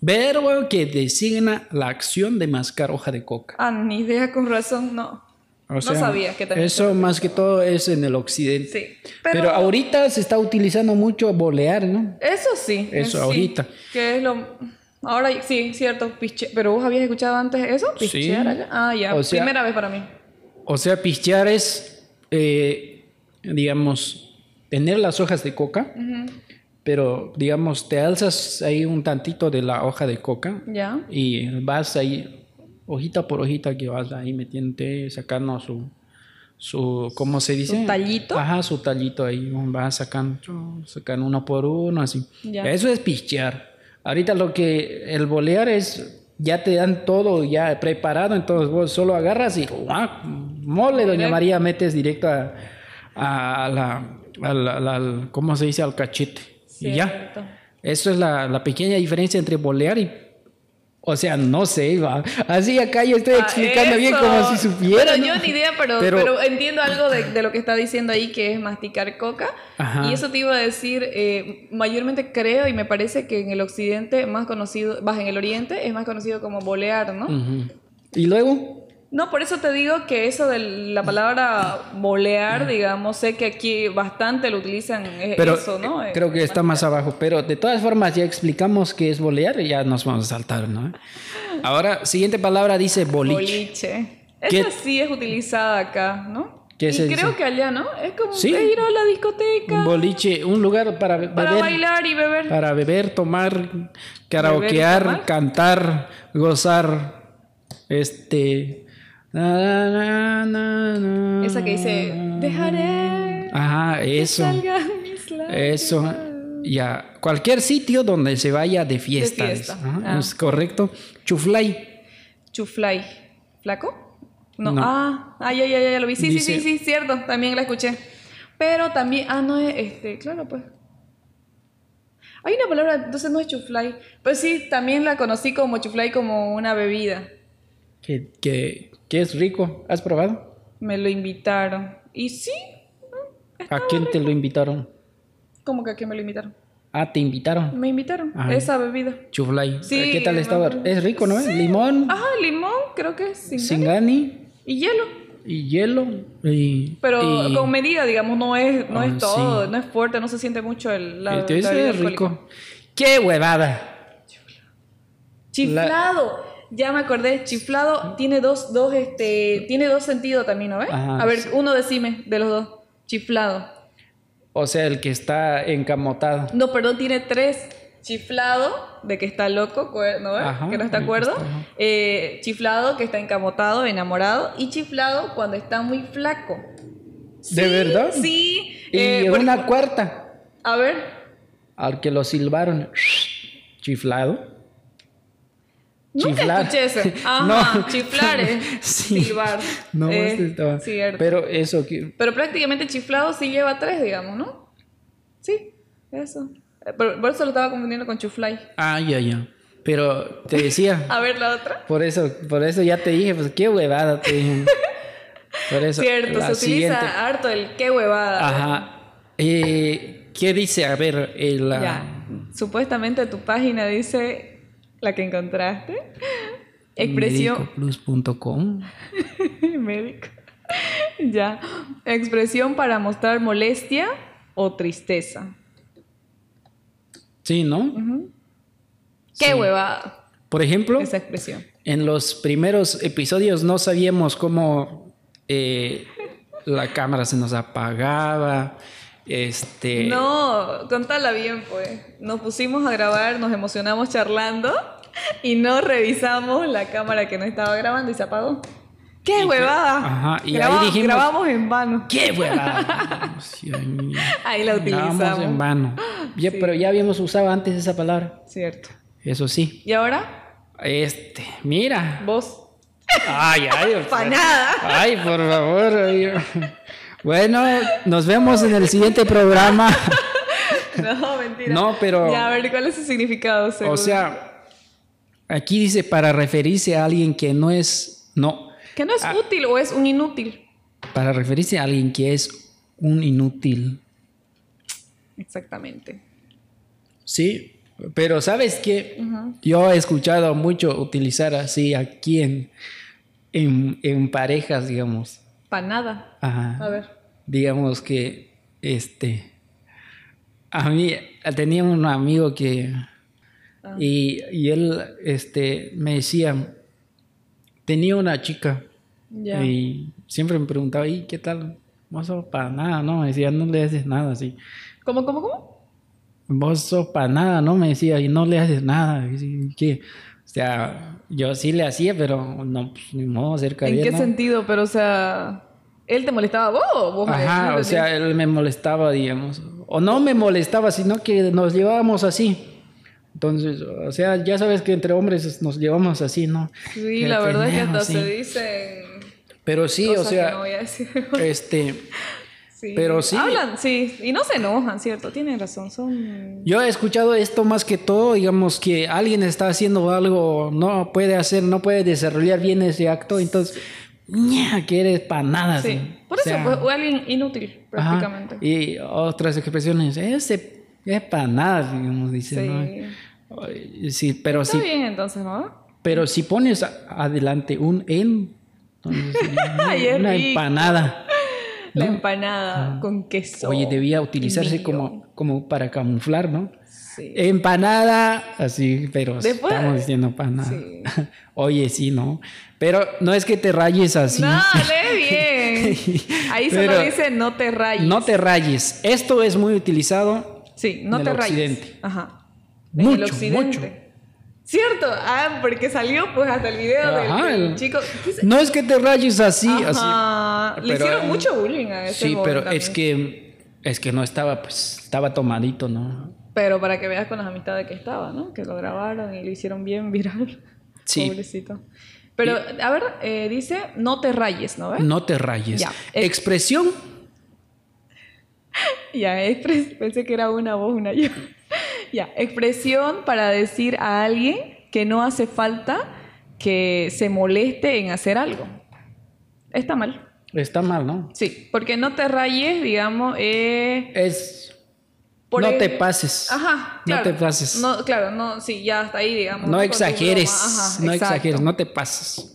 Verbo que designa la acción de mascar hoja de coca.
Ah, ni idea, con razón, no.
O
no
sea,
sabía que también.
Eso más que todo es en el occidente.
Sí.
Pero,
Pero,
ahorita se está utilizando mucho bolear, ¿no?
Eso sí.
Eso,
sí,
ahorita.
Que es lo. Ahora sí, cierto, piche. Pero vos habías escuchado antes eso,
Sí.
pichear acá. Ah, ya.
O sea-
Primera vez para mí.
O sea, pichear es, eh, digamos, tener las hojas de coca, pero, digamos, te alzas ahí un tantito de la hoja de coca
Ya.
y vas ahí, hojita por hojita que vas ahí metiéndote, sacando su, su ¿cómo se dice?
tallito?
Ajá, su tallito ahí, vas sacando, chu, sacando uno por uno, así.
Ya.
Eso es pichear. Ahorita lo que, el bolear es, ya te dan todo ya preparado, entonces vos solo agarras y, ¡guau! mole, doña
Directo.
María, metes directo a, a la, a la- la- al- ¿cómo se dice? Al cachete. Y ya.
Cierto.
Eso es la, la pequeña diferencia entre bolear y... O sea, no sé, va. Así acá yo estoy
Ah,
explicando bien
eso.
como si supiera.
Bueno,
¿no?
yo ni idea, pero,
Pero-
pero... entiendo algo de, de lo que está diciendo ahí, que es masticar coca.
Ajá.
Y eso te iba a decir, eh, mayormente creo y me parece que en el occidente, más conocido, vas en el oriente, es más conocido como bolear, ¿no?
Ujú. Y luego,
No, por eso te digo que eso de la palabra bolear, digamos, sé que aquí bastante lo utilizan eh,
Pero
eso, ¿no?
eh,
Eh,
creo que está más abajo. Pero de todas formas, ya explicamos qué es bolear y ya nos vamos a saltar, ¿no? Ahora, siguiente palabra dice boliche.
Boliche.
¿Qué-
Esa sí es utilizada acá, ¿no?
¿Qué
y
se
creo
dice?
que allá, ¿no? Es como
Sí.
es ir a la discoteca
Un boliche, un lugar para beber.
para bailar y beber.
Para beber, tomar, karaokear,
tomar.
cantar, gozar. Este. na, na, na, na, na.
Esa que dice, dejaré
Ajá, eso.
salgan mis lágrimas".
Eso, ya. Cualquier sitio donde se vaya de fiesta.
fiesta,
es- ajá,
ah.
Es correcto. Chuflay.
Chuflay. ¿Flaco? No.
No.
Ah, ah, ya, ya, ya, ya lo vi. Sí, sí,
Dice-
sí, sí, cierto. También la escuché. Pero también. Ah, no es. Este, claro, pues. Hay una palabra, entonces no es chuflay. Pero sí, también la conocí como chuflay como una bebida.
Que, que- que es rico. ¿Has probado?
Me lo invitaron. Y sí,
¿A quién te lo invitaron?
como que aquí me lo invitaron.
Ah, te invitaron.
Me invitaron.
Ajá.
Esa bebida.
Chuflay.
Sí,
¿Qué tal
me
estaba?
acuerdo.
Es rico, ¿no? Limón,
Ajá, limón, creo que es. sin nada.
singani
Y hielo.
y hielo. Y,
Pero
y-
con medida, digamos, no es, no
Ah,
es todo,
sí.
no es fuerte, no se siente mucho el la,
y te
la
dice,
bebida
es
alcohólica".
rico. ¡Qué huevada!
Chiflado. Ya me acordé, chiflado tiene dos, dos, este, tiene dos sentidos también, ¿no ves?
Ajá,
A ver,
sí.
uno decime de los dos. Chiflado.
O sea, el que está encamotado.
No, perdón, tiene tres. Chiflado, de que está loco, cu- ¿no ves?
Ajá,
que no está
de que
acuerdo.
está- ajá.
Eh, chiflado, que está encamotado, enamorado. Y chiflado cuando está muy flaco.
¿De verdad?
Sí.
Y
eh, por-
una cuarta,
A ver.
al que lo silbaron. Chiflado.
Nunca
Chiflar.
escuché eso. Ajá,
No.
chiflar es
Sí.
silbar.
No,
Eh,
este estaba-
Cierto.
Pero eso que.
Pero prácticamente chiflado sí lleva tres, digamos, ¿no? Sí, eso. Eh, Por, por eso lo estaba confundiendo con chuflay.
Ah, ya, ya. Pero te decía,
A ver la otra.
por eso, por eso ya te dije, pues qué huevada te dije. Por eso.
Cierto,
la
se utiliza
siguiente.
harto el qué huevada.
Ajá. Eh, ¿Qué dice? A ver, eh, la-
Ya. Supuestamente tu página dice la que encontraste. Expresión
medicoplus.com.
médico. ya. Expresión para mostrar molestia o tristeza.
Sí, ¿no?
Ujú. Qué huevada
Por ejemplo,
esa expresión.
en los primeros episodios no sabíamos cómo eh, la cámara se nos apagaba. Este.
No, contala bien, pues. Nos pusimos a grabar, nos emocionamos charlando y no revisamos la cámara que no estaba grabando y se apagó. ¡Qué huevada!
Ajá, y ahí
Grabamos-
dijimos-
Grabamos en vano.
¡Qué huevada! Sí, ay,
Ahí la
grabamos en
utilizamos.
vano. Ya, Pero ya habíamos usado antes esa palabra.
Cierto.
Eso sí.
¿Y ahora?
Este, mira.
Vos.
Ay, ay. por-
¡Para nada!
Ay, por favor. ay. Bueno, nos vemos en el siguiente programa.
No, mentira.
No, pero-
Ya, a ver, ¿cuál es su significado?
O
según?
sea, aquí dice para referirse a alguien que no es, no,
¿Que no es
ah.
útil o es un inútil?
para referirse a alguien que es un inútil.
Exactamente.
Sí, pero sabes que
Ujú.
yo he escuchado mucho utilizar así aquí en, en, en parejas, digamos.
Para nada.
Ajá.
A ver.
digamos que este a mí tenía un amigo que
Ah.
y, y él este me decía tenía una chica
Ya.
y siempre me preguntaba y qué tal vos sos para nada no me decía no le haces nada así
¿Cómo, cómo, cómo?
vos sos para nada no me decía y no le haces nada y sí, que o sea yo sí le hacía pero no pues, ni modo cerca de
¿En
él,
qué
¿no?
sentido? Pero, o sea, ¿él te molestaba a vos o vos a él?
Ajá,
No
o sea,
entendí.
él me molestaba, digamos. O no me molestaba, sino que nos llevábamos así. Entonces, o sea, ya sabes que entre hombres nos llevamos así, ¿no?
Sí,
Que
la verdad es que hasta
tenemos, sí.
se dicen.
Pero sí,
cosas
o sea,
Que no voy a decir.
este,
Sí.
pero sí.
Hablan, sí. Y no se enojan, ¿cierto? Tienen razón. Son.
yo he escuchado esto más que todo, digamos que alguien está haciendo algo, no puede hacer, no puede desarrollar bien ese acto, entonces, ña, que eres para nada.
Sí.
así.
Por
Ah, O
eso,
sea,
pues, o alguien inútil,
ajá.
prácticamente.
Y otras expresiones, ese es para nada, digamos,
Sí.
dice, ¿no? Sí, pero
Está
si,
bien, entonces, ¿no?
pero si pones a- adelante un en, Entonces,
Ay, es
una
rico.
empanada.
La
¿no? Ah.
empanada con queso.
Oye, debía utilizarse
Mío.
como, Eh, como para camuflar, ¿no?
Sí.
Empanada, así, pero
Después-
estamos diciendo empanada.
Sí.
Oye, sí, ¿no? Pero no es que te rayes así.
No, lee bien. Ahí
Pero-
solo dice no te rayes.
No te rayes. Esto es muy utilizado.
Sí, no
en
te
el
rayes.
occidente.
Ajá. en el
Mucho,
occidente. Cierto. Ah, porque salió pues hasta el video
Ajá,
del
el-
chico. ¿Qué se-
No es que te rayes así, así.
Ajá. Le
Pero-
hicieron mucho bullying a ese
Sí,
joven
pero
también.
es que es que no estaba, pues, estaba tomadito, ¿no?
Pero para que veas con las amistades que estaba, ¿no? Que lo grabaron y lo hicieron bien viral.
Sí.
Pobrecito. Pero, a ver, eh, dice, no te rayes, ¿no ves?
No te rayes.
Ya.
Expresión.
Ya, expres- pensé que era una voz, una yo. ya, expresión para decir a alguien que no hace falta que se moleste en hacer algo. Está mal.
Está mal, ¿no?
Sí, porque no te rayes, digamos, eh,
Es
por
no
ej-
te pases.
Ajá,
No
claro.
te pases. No,
No, claro, no, sí, ya hasta ahí, digamos. con tu
exageres.
broma. Ajá,
no
exacto.
exageres. No te pases.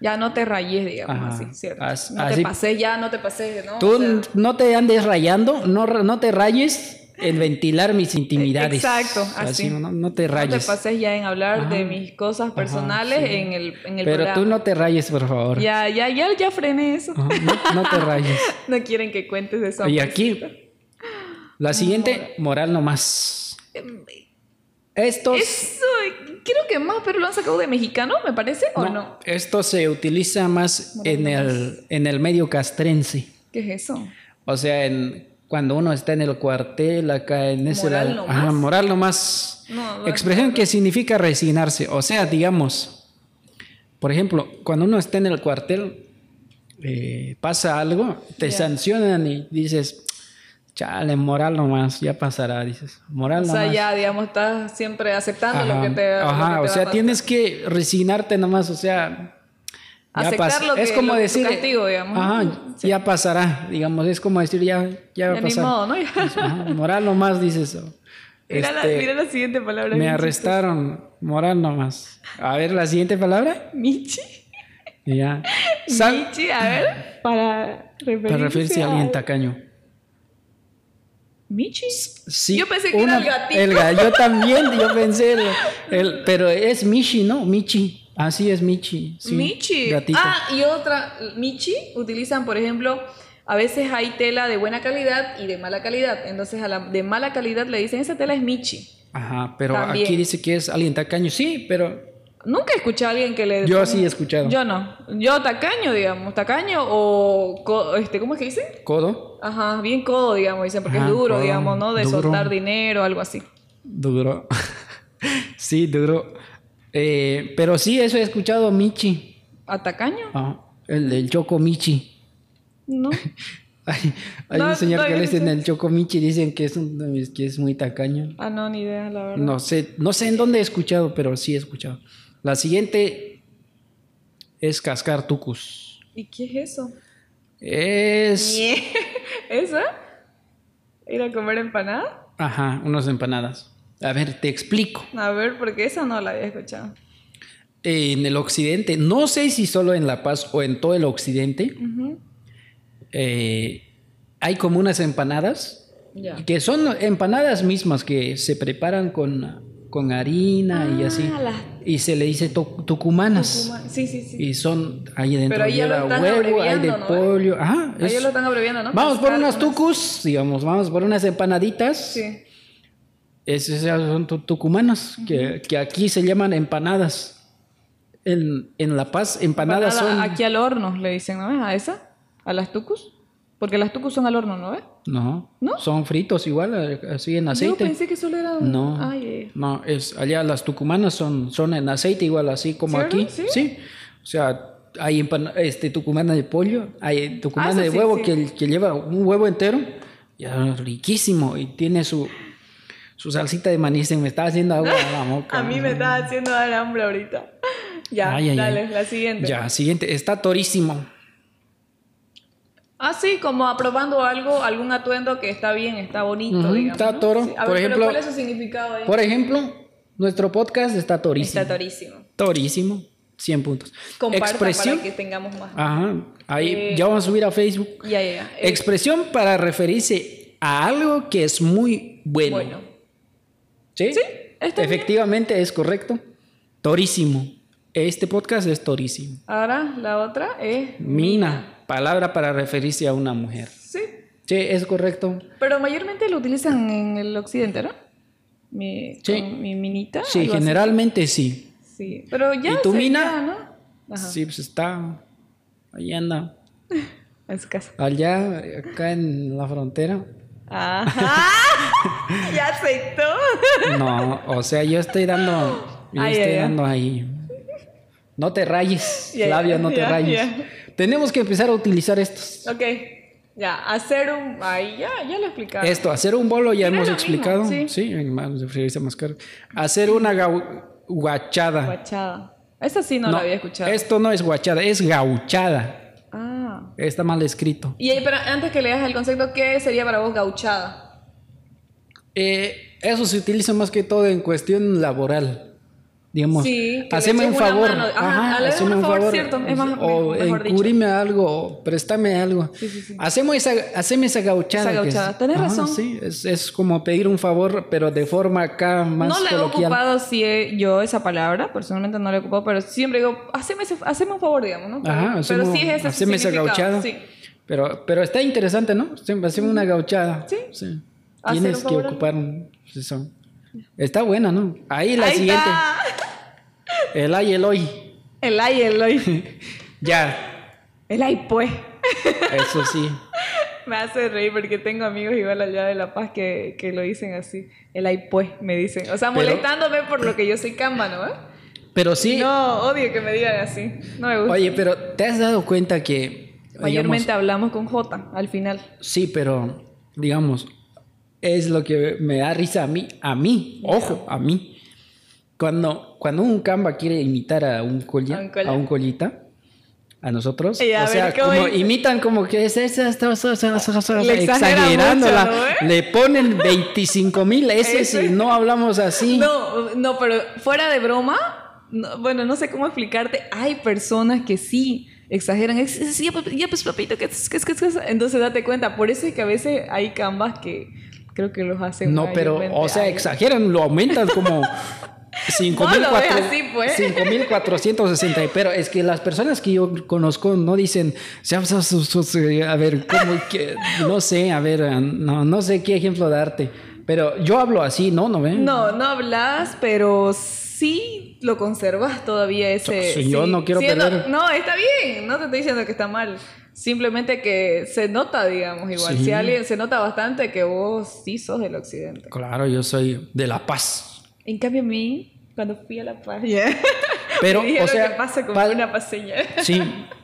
Ya no te rayes, digamos
Ajá.
así, ¿cierto?
As-
no
así-
te pases, ya no te pases, ¿no?
Tú
O sea,
no te andes rayando. No, ra- no te rayes en ventilar mis intimidades.
Exacto, así.
no, no te
no te
rayes.
pases ya en hablar
Ajá.
de mis cosas personales
sí.
en el, en el
Pero
programa.
tú no te rayes, por favor.
Ya, ya, ya, ya frené eso.
Ajá, No, no te rayes.
No quieren que cuentes de eso.
Y aquí, la siguiente, moral nomás.
Em,
Estos,
Eso, eh, creo que más, pero lo han sacado de mexicano, me parece, ¿o
no,
no?
esto se utiliza más
Moral
en el, en el medio castrense.
¿Qué es eso?
O sea, en, cuando uno está en el cuartel, acá en ese
Moral
lado.
nomás.
Ajá, moral nomás.
No, no,
Expresión que significa resignarse. O sea, digamos, por ejemplo, cuando uno está en el cuartel, eh, pasa algo, te
Ya.
sancionan y dices, chale, moral nomás, ya pasará, dices. Moral
O sea,
nomás.
ya, digamos, estás siempre aceptando
Ajá,
lo que te. lo
ajá,
que te va
o
a
sea,
pasar.
tienes que resignarte nomás, o sea, ya
Aceptar
pas-
lo que-
es como
lo- tu
decir,
castigo, digamos.
ajá, ya pasará, digamos, es como decir ya, ya va
Ya
a
ni
pasar.
modo, ¿no? Ya.
Ajá, moral nomás dices. oh,
Mira, la,
este,
mira la siguiente palabra.
me
Michi.
arrestaron, moral nomás. A ver la siguiente palabra.
Michi.
y Ya. Sal-
Michi, a ver, para referirse,
para referirse a alguien tacaño.
Michi.
Sí,
Yo pensé que era el gatito.
ga- yo también, yo pensé. el- el- pero es Michi, ¿no? Michi. Así es Michi. sí,
Michi.
Gatito.
Ah, y otra, Michi utilizan, por ejemplo, a veces hay tela de buena calidad y de mala calidad. Entonces a la de mala calidad le dicen, esa tela es Michi.
Ajá, pero
También.
aquí dice que es alguien tacaño. Sí, pero
Nunca escuché a alguien que le...
yo sí he escuchado.
Yo no. Yo tacaño, digamos. Tacaño o... co- este, ¿Cómo es que dicen?
Codo,
Ajá, bien codo, digamos, dicen, porque
Ajá,
es duro,
codo,
digamos, ¿no? De
duro.
soltar dinero, algo así.
duro. sí, duro. Eh, pero sí, eso he escuchado Michi.
¿A tacaño?
Ah, el del Choco Michi.
No.
Hay, hay
No,
un señor
no,
que
yo
le
no
dicen
sé.
el Choco Michi, dicen que es, un- que es muy tacaño.
Ah, no, ni idea, la verdad.
No sé, no sé en dónde he escuchado, pero sí he escuchado. La siguiente es cascar tucus.
¿Y qué es eso?
Es...
¿Esa? ¿Ir a comer empanada?
Ajá, unas empanadas. A ver, te explico.
A ver, porque esa no la había escuchado.
en el occidente, no sé si solo en La Paz o en todo el occidente,
Ujú.
eh, hay como unas empanadas,
Ya.
que son empanadas mismas que se preparan con, con harina y
Ah,
así,
las
y se le dice tu- tucumanas.
tucuma- Sí, sí, sí.
Y son ahí dentro
Pero ahí ya lo
lleva
están
huevo, hay de
abreviando, ¿no?
pollo. Ajá,
Ahí
es-
lo están abreviando, ¿no?
Vamos por
Pescar,
unas
¿no?
tucus, digamos, vamos por unas empanaditas.
Sí.
Esos ya son tu- tucumanos, que, que aquí se llaman empanadas. En, en La Paz, empanadas
Empanada
son...
Aquí al horno le dicen, ¿no ves? ¿A esa? ¿A las tucus? Porque las tucus son al horno, ¿no ves?
No,
¿No?
son fritos igual, a- así en
Yo
aceite.
pensé que solo era un...
No,
Ay, eh.
no, es allá las tucumanas son, son en aceite igual, así como
¿Cierto?
aquí.
¿Sí?
¿Sí? o sea, hay empana- este, tucumana de pollo, hay tucumana
Ah, eso
de
sí,
huevo
sí.
Que, que lleva un huevo entero, ya riquísimo, y tiene su, su salsita de maní, se me está haciendo agua a la boca.
A mí me está haciendo dar hambre ahorita. Ya,
Ay, ay,
dale,
ay.
la siguiente.
Ya, siguiente, está torísimo.
Ah, sí, como aprobando algo, algún atuendo que está bien, está bonito,
Ujú,
digamos,
está
¿no?
toro.
Sí. A
Por
ver, pero
ejemplo-
¿cuál es su significado ahí?
Por ejemplo, nuestro podcast está torísimo.
Está torísimo.
torísimo. 100 puntos.
Comparta
Expresión. Ah.
para que tengamos más.
Ajá. Ahí
Eh,
ya vamos a subir a Facebook.
Ya, ya, ya. Eh,
Expresión para referirse a algo que es muy bueno.
bueno.
¿Sí?
Sí, está bien.
Efectivamente es correcto. Torísimo. Este podcast es torísimo.
Ahora la otra es.
Mina, palabra para referirse a una mujer.
Sí.
Sí, es correcto.
Pero mayormente lo utilizan en el occidente, ¿no? Mi,
Sí.
con mi minita.
Sí,
algo así.
generalmente sí.
Sí. Pero ya.
¿Y tu
se-
mina?
ya, ¿no? Ajá.
Sí, pues está. Ahí anda.
En su casa.
Allá, acá en la frontera.
Ajá. ya aceptó.
No, o sea, yo estoy dando. Yo
Ay,
estoy
ay, ay.
dando ahí. No te rayes,
Ya,
labio, no te
ya,
rayes.
ya.
Tenemos que empezar a utilizar estos.
Ok. Ya, hacer un. Ahí ya, ya lo explicaron.
Esto, hacer un bolo ya
Era
hemos
lo mismo,
explicado.
sí.
sí, en manos de freírse más caro. Hacer una gau- guachada.
Guachada. Esa sí no, la había escuchado.
Esto no es guachada, es gauchada.
Ah.
Está mal escrito.
Y ahí, pero antes que leas el concepto, ¿qué sería para vos gauchada?
Eh, eso se utiliza más que todo en cuestión laboral. Digamos,
Sí, que le
haceme un
eches una
favor.
mano. Ajá, hazle un
hazme
favor, cierto, es más-
o
mejor dicho.
encubrime algo, o préstame algo.
Sí, sí, sí.
Hacemos esa, haceme esa gauchada.
Esa
que es-
gauchada. Tenés
Ajá,
razón.
Sí, es, es como pedir un favor, pero de forma acá más
no la he
coloquial.
ocupado sí, eh, yo esa palabra, personalmente no la he ocupado, pero siempre digo, haceme, ese- haceme un favor, digamos, ¿no? Pero,
Ajá,
pero
hacemos-
sí es ese
haceme esa
significado,
gauchada.
Sí.
Pero, pero está interesante, ¿no? Sí, Hacemos una gauchada.
Sí. Hacer un
Tienes que
favor a-
ocupar un... eso. Está buena, ¿no? Ahí la
Ahí
siguiente.
está.
El ay, el hoy.
El ay, el ay.
Ya,
El ay, pues.
eso sí.
Me hace reír porque tengo amigos igual allá de La Paz que, que lo dicen así. El ay, pues, me dicen. O sea,
Pero-
molestándome por lo que yo soy cámbano, ¿eh?
Pero sí,
No, odio que me digan así. No me gusta.
oye, pero ¿te has dado cuenta que...
Mayormente
digamos,
hablamos con J al final.
sí, pero digamos, es lo que me da risa a mí, a mí, ojo, a mí. Cuando, cuando un camba quiere imitar a un
A un
colla,
colla.
a un collita, a nosotros,
Y a
o
ver,
sea,
¿cómo
como
dice?
imitan como que es, es- es- es- es- es- es-
Le exagera
exagerándola,
mucho, ¿no, eh?
le ponen 25 mil S y no hablamos así.
No, no, pero fuera de broma, no- bueno, no sé cómo explicarte. Hay personas que sí exageran. Es- es- ya, papi- ya, pues, papito, que es- que es- que es- que es. Entonces date cuenta. Por eso es que a veces hay cambas que creo que los hacen.
No, pero, o sea,
mayormente
exageran, lo aumentan como
No lo ves así, pues.
5.460. Pero es que las personas que yo conozco no dicen, "Se- se- se- se- se", a ver, ¿cómo que? No sé, a ver, ah, no, no sé qué ejemplo darte. Pero yo hablo así, ¿no? ¿No
a-
ven?
No, no hablas, pero sí lo conservas todavía ese.
Si yo
sí,
no quiero perder-
No, está bien. No te estoy diciendo que está mal. Simplemente que se nota, digamos, igual.
Sí.
Si alguien se nota bastante que vos sí sos del occidente.
Claro, yo soy de La Paz.
En cambio, a mí, cuando fui a La Paz,
Pero,
me dijeron
o sea,
que pasa como
pa-
una paseña.
Sí,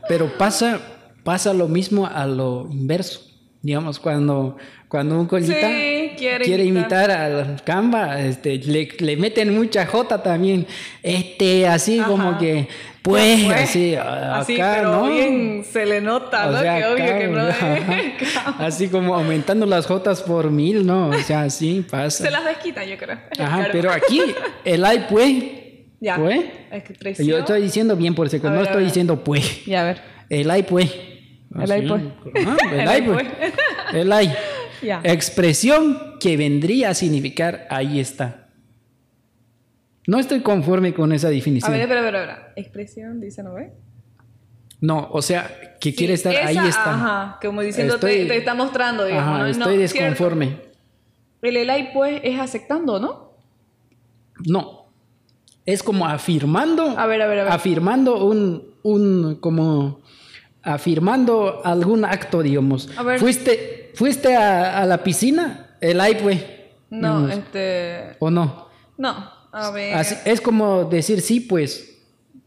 pero pasa, pasa lo mismo a lo inverso. Digamos, cuando, cuando un colita
Sí, quiere
imitar al Canva, este, le, le meten mucha jota también. Este, así
Ajá.
como que, pues,
Pues,
así, a-
así,
acá,
pero
¿no?
bien se le nota,
O
¿no?
sea,
que obvio
acá,
que no ¿eh? es.
ajá. Así como aumentando las jotas por mil, ¿no? O sea, sí,
Se
pasa.
las desquitan, yo creo.
Ajá,
Claro.
pero aquí, el ay, pues,
Ya.
pues.
Es que traición.
Yo estoy diciendo bien por seco,
A
no
ver, a
estoy
ver.
diciendo pues.
Ya, a ver.
El ay, pues.
El ay, pues.
Ah, el ay,
El ay,
pues.
pues.
El ay.
Ya.
Expresión que vendría a significar ahí está. No estoy conforme con esa
A
definición.
ver, espera, espera, espera. Expresión, dice, ¿no ve?
no, o sea, que quiere estar
Esa,
ahí está.
Ajá, como diciendo,
Estoy-
te, te está mostrando, digamos.
Ajá,
¿no?
estoy
No, cierto.
desconforme.
El el ay, pues, es aceptando, ¿no?
No. Es como afirmando.
A ver, a ver, a ver.
Afirmando un. un como. Afirmando algún acto, digamos.
A ver.
Fuiste, fuiste a, a la piscina, el ay, pues.
No,
digamos,
este.
¿O no?
No, a ver.
Así- es como decir sí, pues.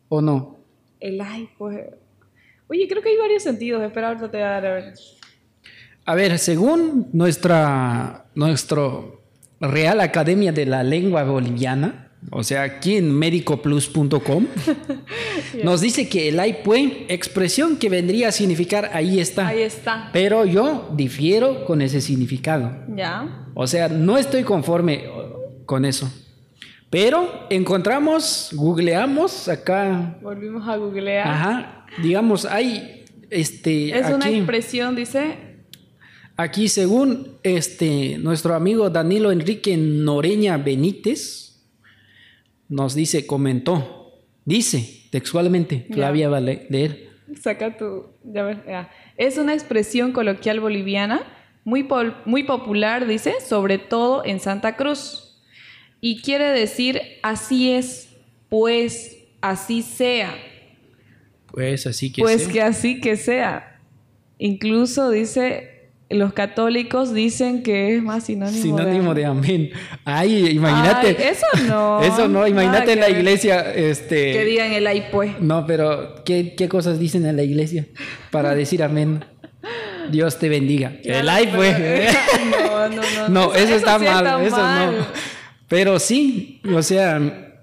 ¿O no?
El ay, pues. Oye, creo que hay varios sentidos. Espera, ahorita te voy a dar a ver.
A ver, según nuestra nuestro Real Academia de la Lengua Boliviana, o sea, aquí en medicoplus.com, nos dice que el ay pues, expresión que vendría a significar ahí está.
Ahí está.
Pero yo difiero con ese significado.
Ya.
O sea, no estoy conforme o- con eso. Pero encontramos, googleamos acá.
Volvimos a googlear.
Ajá. Digamos, hay este.
Es una
aquí-
expresión, dice.
Aquí, según este, nuestro amigo Danilo Enrique Noreña Benítez, nos dice, comentó, dice textualmente,
Ya.
Flavia va a le- leer.
Saca tu. ya ves, ya. Es una expresión coloquial boliviana muy, pol- muy popular, dice, sobre todo en Santa Cruz. Y quiere decir así es, pues, así sea.
Pues así que
pues
sea.
que así que sea. Incluso dice, los católicos dicen que es más sinónimo,
Sinónimo de
amor.
amén. Ay, imagínate.
Ay, eso no.
Eso no,
Nada
imagínate
que
en la
ver.
iglesia, este...
Que digan el ay pues.
No, pero ¿qué, qué cosas dicen en la iglesia para decir amén? Dios te bendiga. El ay, pues.
eh, No, no, no.
No, eso, está
sí
mal, eso no. Pero sí, o sea,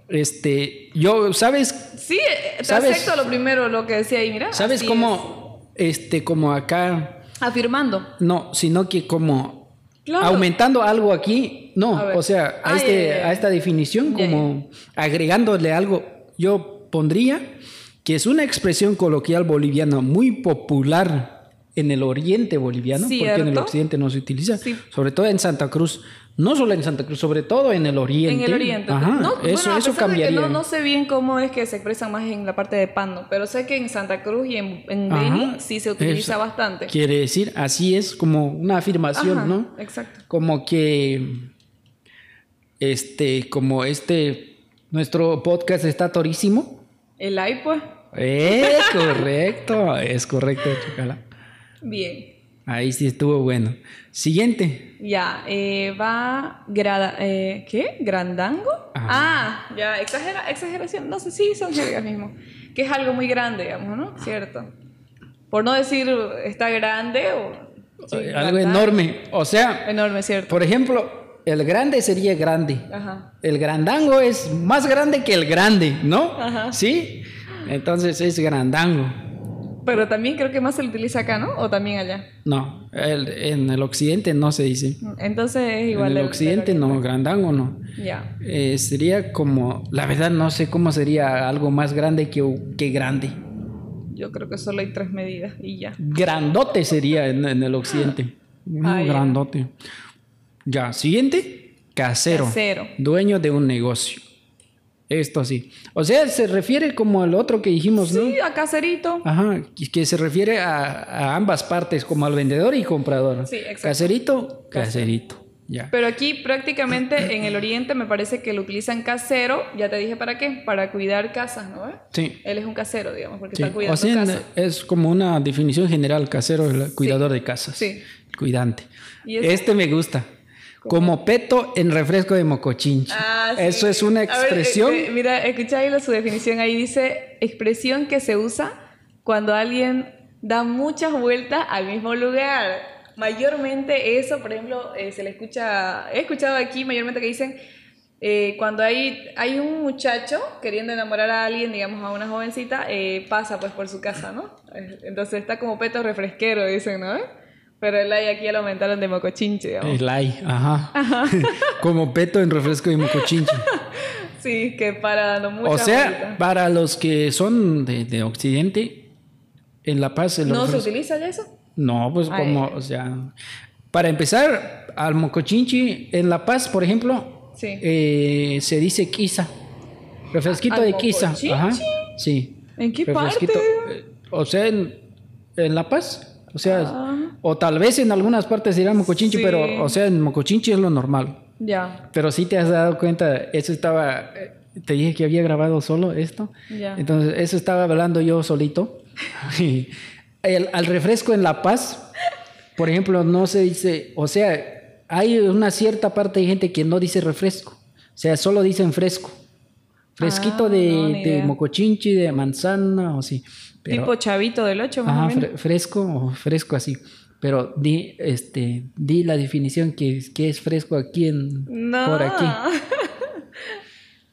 este, yo, ¿sabes?
Sí, eh, te
¿Sabes?
acepto lo primero, lo que decía ahí, mira.
¿Sabes
así
cómo, este, como acá,
es. Afirmando.
no, sino que como
Claro.
aumentando algo aquí,
A
no,
ver.
o sea, a,
Ah,
este,
ya, ya, ya.
a esta definición,
Ya,
como agregándole algo, yo pondría que es una expresión coloquial boliviana muy popular en el oriente boliviano, porque en el
Cierto.
occidente no se utiliza,
Sí.
sobre todo en Santa Cruz, no solo en Santa Cruz, sobre todo en el oriente.
En el oriente.
Ajá,
No,
eso,
bueno, a
eso
pesar de que
cambiaría.
no, no sé bien cómo es que se expresan más en la parte de Pando, pero sé que en Santa Cruz y en, en
Ajá.
Beni sí se utiliza
Eso.
bastante.
Quiere decir, así es como una afirmación,
Ajá,
¿no?
Exacto.
Como que, este, como este, nuestro podcast está torísimo.
El ay pues.
Eh, correcto, es correcto, Chacala.
Bien.
Ahí sí estuvo bueno. Siguiente.
Ya, eh, va grada, eh, ¿qué? ¿Grandango?
Ajá.
Ah, ya, exagera, exageración, no sé, sí, son mismo que es algo muy grande, digamos, ¿no? Cierto. Por no decir está grande o... sí,
eh, Algo
grandango.
enorme. O sea,
Enorme, cierto.
por ejemplo, el grande sería grande.
Ajá.
El grandango es más grande que el grande, ¿no?
Ajá.
¿Sí? Entonces es grandango.
Pero también creo que más se lo utiliza acá, ¿no? O también allá.
No, el- en el occidente no se dice.
Entonces es
En
igual.
el
del- del
occidente no,
oriente.
grandango no.
Ya.
Eh, sería como, la verdad no sé cómo sería algo más grande que, que grande.
Yo creo que solo hay tres medidas y ya.
Grandote sería en, en el occidente. No,
Ah, ya.
grandote. Ya, siguiente. Casero.
Casero.
Dueño de un negocio. Esto sí. O sea, se refiere como al otro que dijimos, ¿no?
Sí, a caserito.
Ajá, que- que se refiere a, a ambas partes, como al vendedor y comprador.
Sí, exacto.
Caserito, caserito. Ya.
Pero aquí prácticamente en el oriente me parece que lo utilizan casero, ya te dije para qué, para cuidar casas, ¿no? eh?
Sí.
Él es un casero, digamos, porque
sí.
está cuidando
O sea,
casas.
es como una definición general, casero, el cuidador de casas.
Sí.
El cuidante.
Y es-
Este me gusta. Como peto en refresco de mocochinchi.
Ah, sí.
Eso es una
A ver, eh,
expresión.
eh, mira, escucha ahí la- su definición, ahí dice expresión que se usa cuando alguien da muchas vueltas al mismo lugar. Mayormente eso, por ejemplo, eh, se le escucha, he escuchado aquí mayormente que dicen, eh, cuando hay, hay un muchacho queriendo enamorar a alguien, digamos a una jovencita, eh, pasa pues por su casa, ¿no? Eh, Entonces está como peto refresquero, dicen, ¿no? Pero el like aquí ya lo aumentaron de mocochinche, digamos.
El ay, ajá. Como peto en refresco de mocochinchi.
Sí, que para dando muchas
o sea,
vueltas.
para los que son de, de Occidente, en La Paz el
¿No se
refresco-
utiliza ya eso?
No, pues
Ay.
como, o sea, para empezar, al mocochinchi en La Paz, por ejemplo,
Sí.
eh, se dice quiza, refresquito
¿Al
de quiza,
mocochinchi?
ajá, sí,
¿En qué
refresquito,
parte?
eh, o sea, en, en La Paz, o sea,
Ah.
o tal vez en algunas partes dirán mocochinchi,
Sí.
pero, o sea, en mocochinchi es lo normal,
Ya,
pero sí te has dado cuenta, eso estaba, eh, te dije que había grabado solo esto,
ya.
entonces, eso estaba hablando yo solito. Y el- al refresco en La Paz, por ejemplo, no se dice, o sea, hay una cierta parte de gente que no dice refresco, o sea, solo dicen fresco. Fresquito
Ah,
de,
no, ni
de
idea.
mocochinchi, de manzana o así. Pero-
tipo chavito del 8 más
Ajá,
o menos.
fre- fresco o fresco así. Pero di, este, di la definición que, que es fresco aquí en,
No.
por aquí.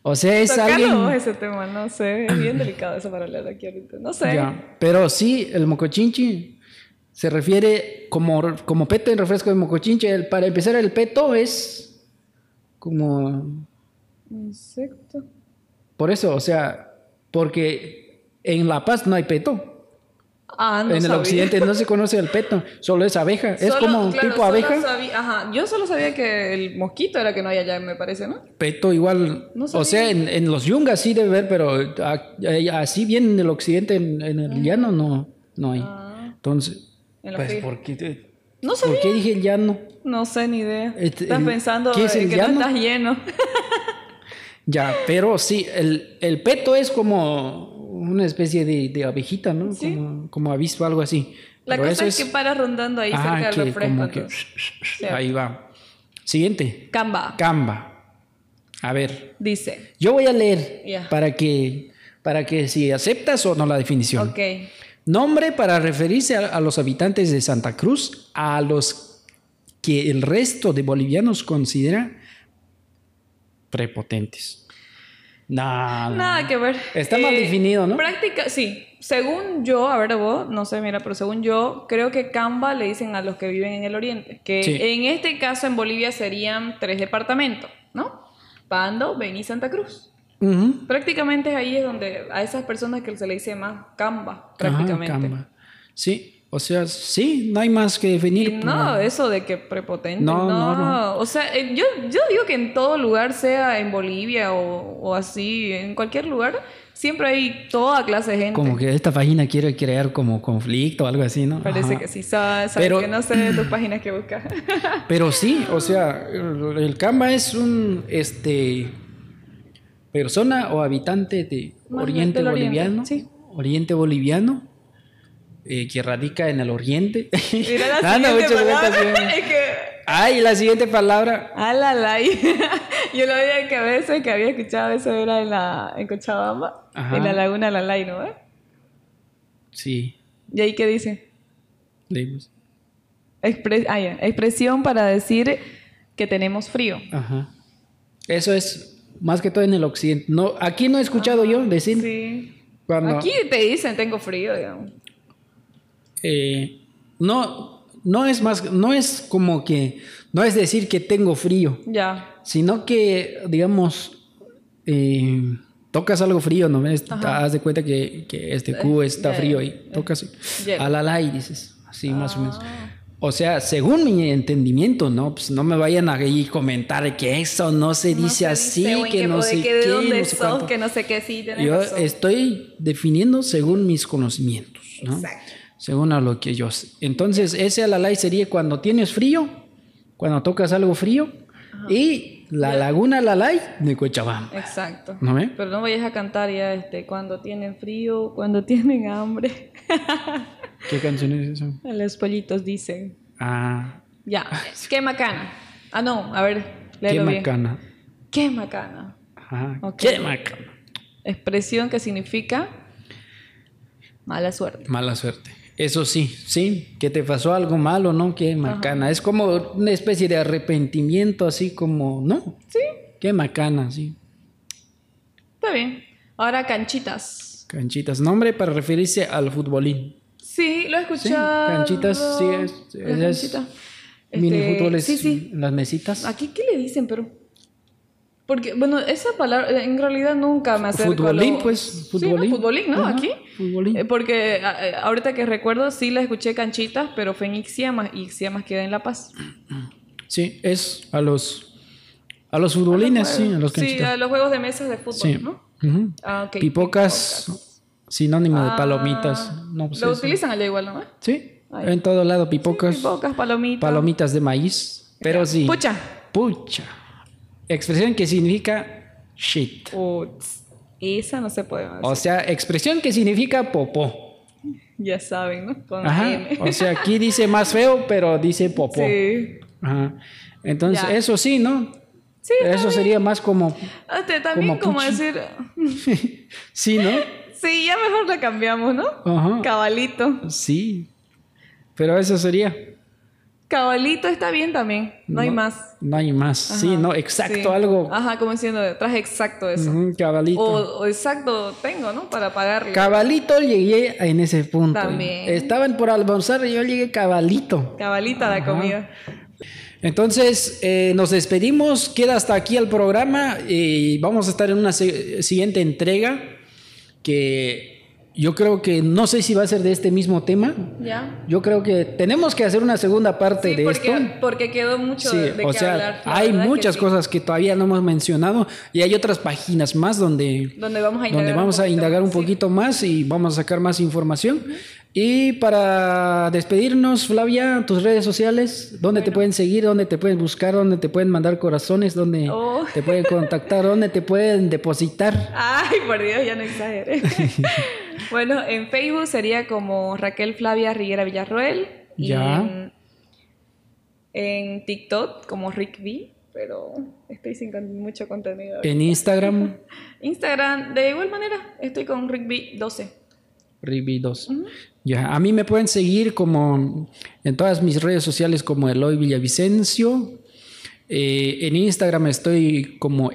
O sea, es
Tocalo
alguien...
vos ese tema, no sé. Es bien delicado eso para hablar aquí ahorita. No sé.
Ya, Pero sí, el mocochinchi se refiere como, como peto en refresco de mocochinchi. El- para empezar, el peto es como
Insecto.
Por eso, o sea, porque en La Paz no hay peto.
Ah, no
en el
sabía.
occidente no se conoce el peto, solo es abeja. es
Solo-
como un
claro,
tipo
solo
abeja.
sabí- ajá, yo solo sabía que el mosquito era que no hay allá, me parece, ¿no?
Peto igual,
No
o
sabía.
sea, en, en los yungas sí debe haber, pero a- eh, así bien en el occidente, en, en el llano no, no hay.
Ah,
Entonces,
en lo
pues,
que-
¿por qué, te-
No
¿por
sabía.
qué dije el llano?
No sé ni idea.
Este,
estás
el-
pensando
¿qué es
eh,
el
que no
llano?
estás lleno.
Ya, pero sí, el, el peto es como una especie de, de abejita, ¿no?
Sí.
Como, como avispa, algo así.
La
Pero
cosa
eso
es, que paras rondando ahí
Ajá,
cerca
que
del refresco.
como que-
entonces. Sí.
Ahí va. Siguiente,
Canva
Canva. A ver,
dice.
yo voy a leer
Ya.
para que para que si aceptas o no la definición.
Ok.
Nombre para referirse a, a los habitantes de Santa Cruz, a los que el resto de bolivianos considera prepotentes. Nada.
Nada que ver.
Ah.
Eh,
Está mal definido, ¿no?
Práctica, sí. Según yo, a ver vos, no sé, mira, pero según yo, creo que Canva le dicen a los que viven en el oriente. Que
Sí.
en este caso en Bolivia serían tres departamentos, ¿no? Pando, Beni y Santa Cruz.
Ujú.
Prácticamente ahí es donde a esas personas que se le dice más Canva,
Ajá,
prácticamente.
Camba. Ah, Sí, o sea, sí, no hay más que
Y
definir.
no, eso de que prepotente.
No,
No,
no,
O sea, eh, yo, yo digo que en todo lugar, sea en Bolivia o, o así, en cualquier lugar, siempre hay toda clase de gente.
Como que esta página quiere crear como conflicto o algo así, ¿no?
Parece
Ajá.
que sí, sabes, sabes
Pero-
que no sé de tus páginas que buscas.
Pero sí, o sea, el el Canva es un este persona o habitante de
Más
Oriente
del Oriente,
Boliviano.
sí.
Oriente Boliviano. eh, que radica en el oriente.
Mira la
Dando
siguiente
Ah, muchas vueltas,
palabra.
bien.
es que...
Ay, la siguiente palabra.
Alala, y- yo lo había que a veces que había escuchado eso era en la en Cochabamba,
Ajá.
en la laguna Alalay, ¿no? eh?
Sí,
¿Y ahí qué dice?
leímos.
Expre- ah, ya, Expresión para decir que tenemos frío.
Ajá. Eso es más que todo en el occidente. No, aquí no he escuchado yo decir
Sí.
cuando
Aquí te dicen tengo frío, digamos.
eh, no no es más no es como que no es decir que tengo frío.
Ya.
sino que, digamos, eh, tocas algo frío, ¿no? ves?
Ajá. Eh,
Haz de cuenta que, que este cubo está
ya,
frío
ya,
y tocas
Hielo.
a la la y dices, así más o menos.
Ah.
O sea, según mi entendimiento, ¿no? Pues no me vayan a ahí comentar que eso no se
No
dice
se
así,
dice, o en
que,
qué-
no
o
sé
de
qué,
que de dónde
no sé
sos,
cuánto.
que no sé qué, sí, tenés
Yo
razón.
estoy definiendo según mis conocimientos, ¿no?
Exacto.
Según a lo que yo sé. Entonces, ese alalay sería cuando tienes frío, cuando tocas algo frío, y la laguna alalay de
Eh.
Cochabamba.
Exacto.
¿No ve?
Pero no vayas a cantar ya este, cuando tienen frío, cuando tienen hambre.
¿Qué canción es esa?
Los pollitos dicen.
Ah,
Ya. Qué macana. Ah, no, a ver,
qué
léelo bien.
macana.
Qué macana.
Ajá,
Ok.
qué macana.
Expresión que significa mala suerte.
Mala suerte. Eso sí, sí, que te pasó algo malo, ¿no? Qué macana. Es como una especie de arrepentimiento, así como, ¿no?
Sí,
Qué macana, sí.
está bien. Ahora canchitas.
Canchitas, nombre para referirse al futbolín.
Sí, lo he
Sí,
escuchado.
canchitas, sí, es,
La
es- es
canchita.
mini
Este,
fútboles
Sí, sí.
en las mesitas.
Aquí, ¿qué le dicen, pero? Porque, bueno, esa palabra en realidad nunca me acerco a
Futbolín,
lo-
pues,
Sí,
futbolín.
¿no? futbolín, ¿no?
Ajá,
Aquí.
futbolín.
Eh, porque a- eh, ahorita que recuerdo, sí la escuché canchitas, pero fue en Ixiamas. Y Ixiamas queda en La Paz.
Sí, es a los a los futbolines, sí, a los
Ah, Sí,
canchitas.
a los juegos de mesas de fútbol,
Sí.
¿no?
Ujú.
Ah, ok.
Pipocas, sinónimo de
Ah,
palomitas. No, pues
lo
eso.
utilizan allá igual, ¿no?
Sí,
Ay.
en todo lado pipocas,
Pipocas, palomitas.
palomitas de maíz, pero sí.
Pucha.
Pucha. Expresión que significa shit.
Uts, esa no se puede más.
O sea, expresión que significa popó.
Ya saben, ¿no? Con
Ajá.
M.
O sea, aquí dice más feo, pero dice popó.
Sí.
Ajá. Entonces,
Ya.
eso sí, ¿no?
Sí,
eso sería más como,
Este, también
Como
como
puchi.
decir...
sí, ¿no?
Sí, ya mejor la cambiamos, ¿no?
Ajá.
Cabalito.
Sí. Pero eso sería.
Cabalito está bien también. No, hay más.
No hay más.
Ajá,
Sí, no, exacto,
sí.
algo.
Ajá, como diciendo, traje exacto eso.
Ujú, cabalito.
o, o exacto tengo, ¿no? Para pagarle.
Cabalito llegué en ese punto.
También.
Estaban por almorzar y yo llegué cabalito.
Cabalita la comida.
Entonces, eh, nos despedimos, queda hasta aquí el programa y vamos a estar en una se- siguiente entrega que yo creo que no sé si va a ser de este mismo tema.
¿Ya?
Yo creo que tenemos que hacer una segunda parte
Sí,
de
porque,
esto.
porque quedó mucho
Sí,
de de
o
qué
sea,
hablar. la
hay
verdad que
muchas
sí.
cosas que todavía no hemos mencionado y hay otras páginas más donde,
Donde vamos a indagar
donde vamos
un
a
poquito
indagar un
más, sí.
poquito más y vamos a sacar más información. Y para despedirnos, Flavia, tus redes sociales, dónde te pueden seguir, dónde te pueden buscar, dónde te pueden mandar corazones, dónde
Oh.
te pueden contactar, dónde te pueden depositar.
Ay, por Dios, ya no exageré. bueno, en Facebook sería como Raquel Flavia Riguera Villarroel. Y
Ya.
En, en TikTok como Rick B, pero estoy sin con- mucho contenido.
En Instagram,
Instagram, de igual manera, estoy con Rick B 12.
Ribi2. Ya, a mí me pueden seguir como en todas mis redes sociales como Eloy Villavicencio. Eh, en Instagram estoy como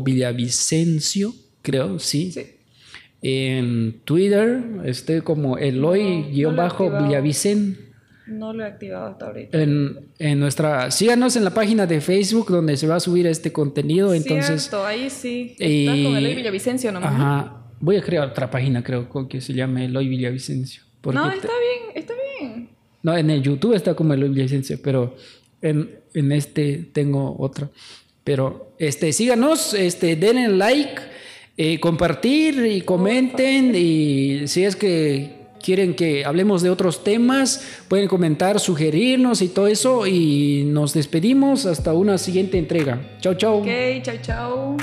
Eloy-Villavicencio, creo, sí.
Sí.
En Twitter estoy como Eloy-Villavicen.
No lo he activado hasta ahorita.
En, en nuestra, síganos en la página de Facebook donde se va a subir este contenido. Entonces,
Cierto, ahí sí.
Y-
Estás con Eloy Villavicencio nomás.
ajá, voy a crear otra página, creo, con que se llame Eloy Villavicencio. porque
No,
te-
está bien, está bien.
No, en el YouTube está como el Villavicencio, pero en, en este tengo otra. Pero este, síganos, este, denle like, eh, compartir y comenten. Y si es que quieren que hablemos de otros temas, pueden comentar, sugerirnos y todo eso. Y nos despedimos hasta una siguiente entrega. Chao, chao.
Ok, chao, chao.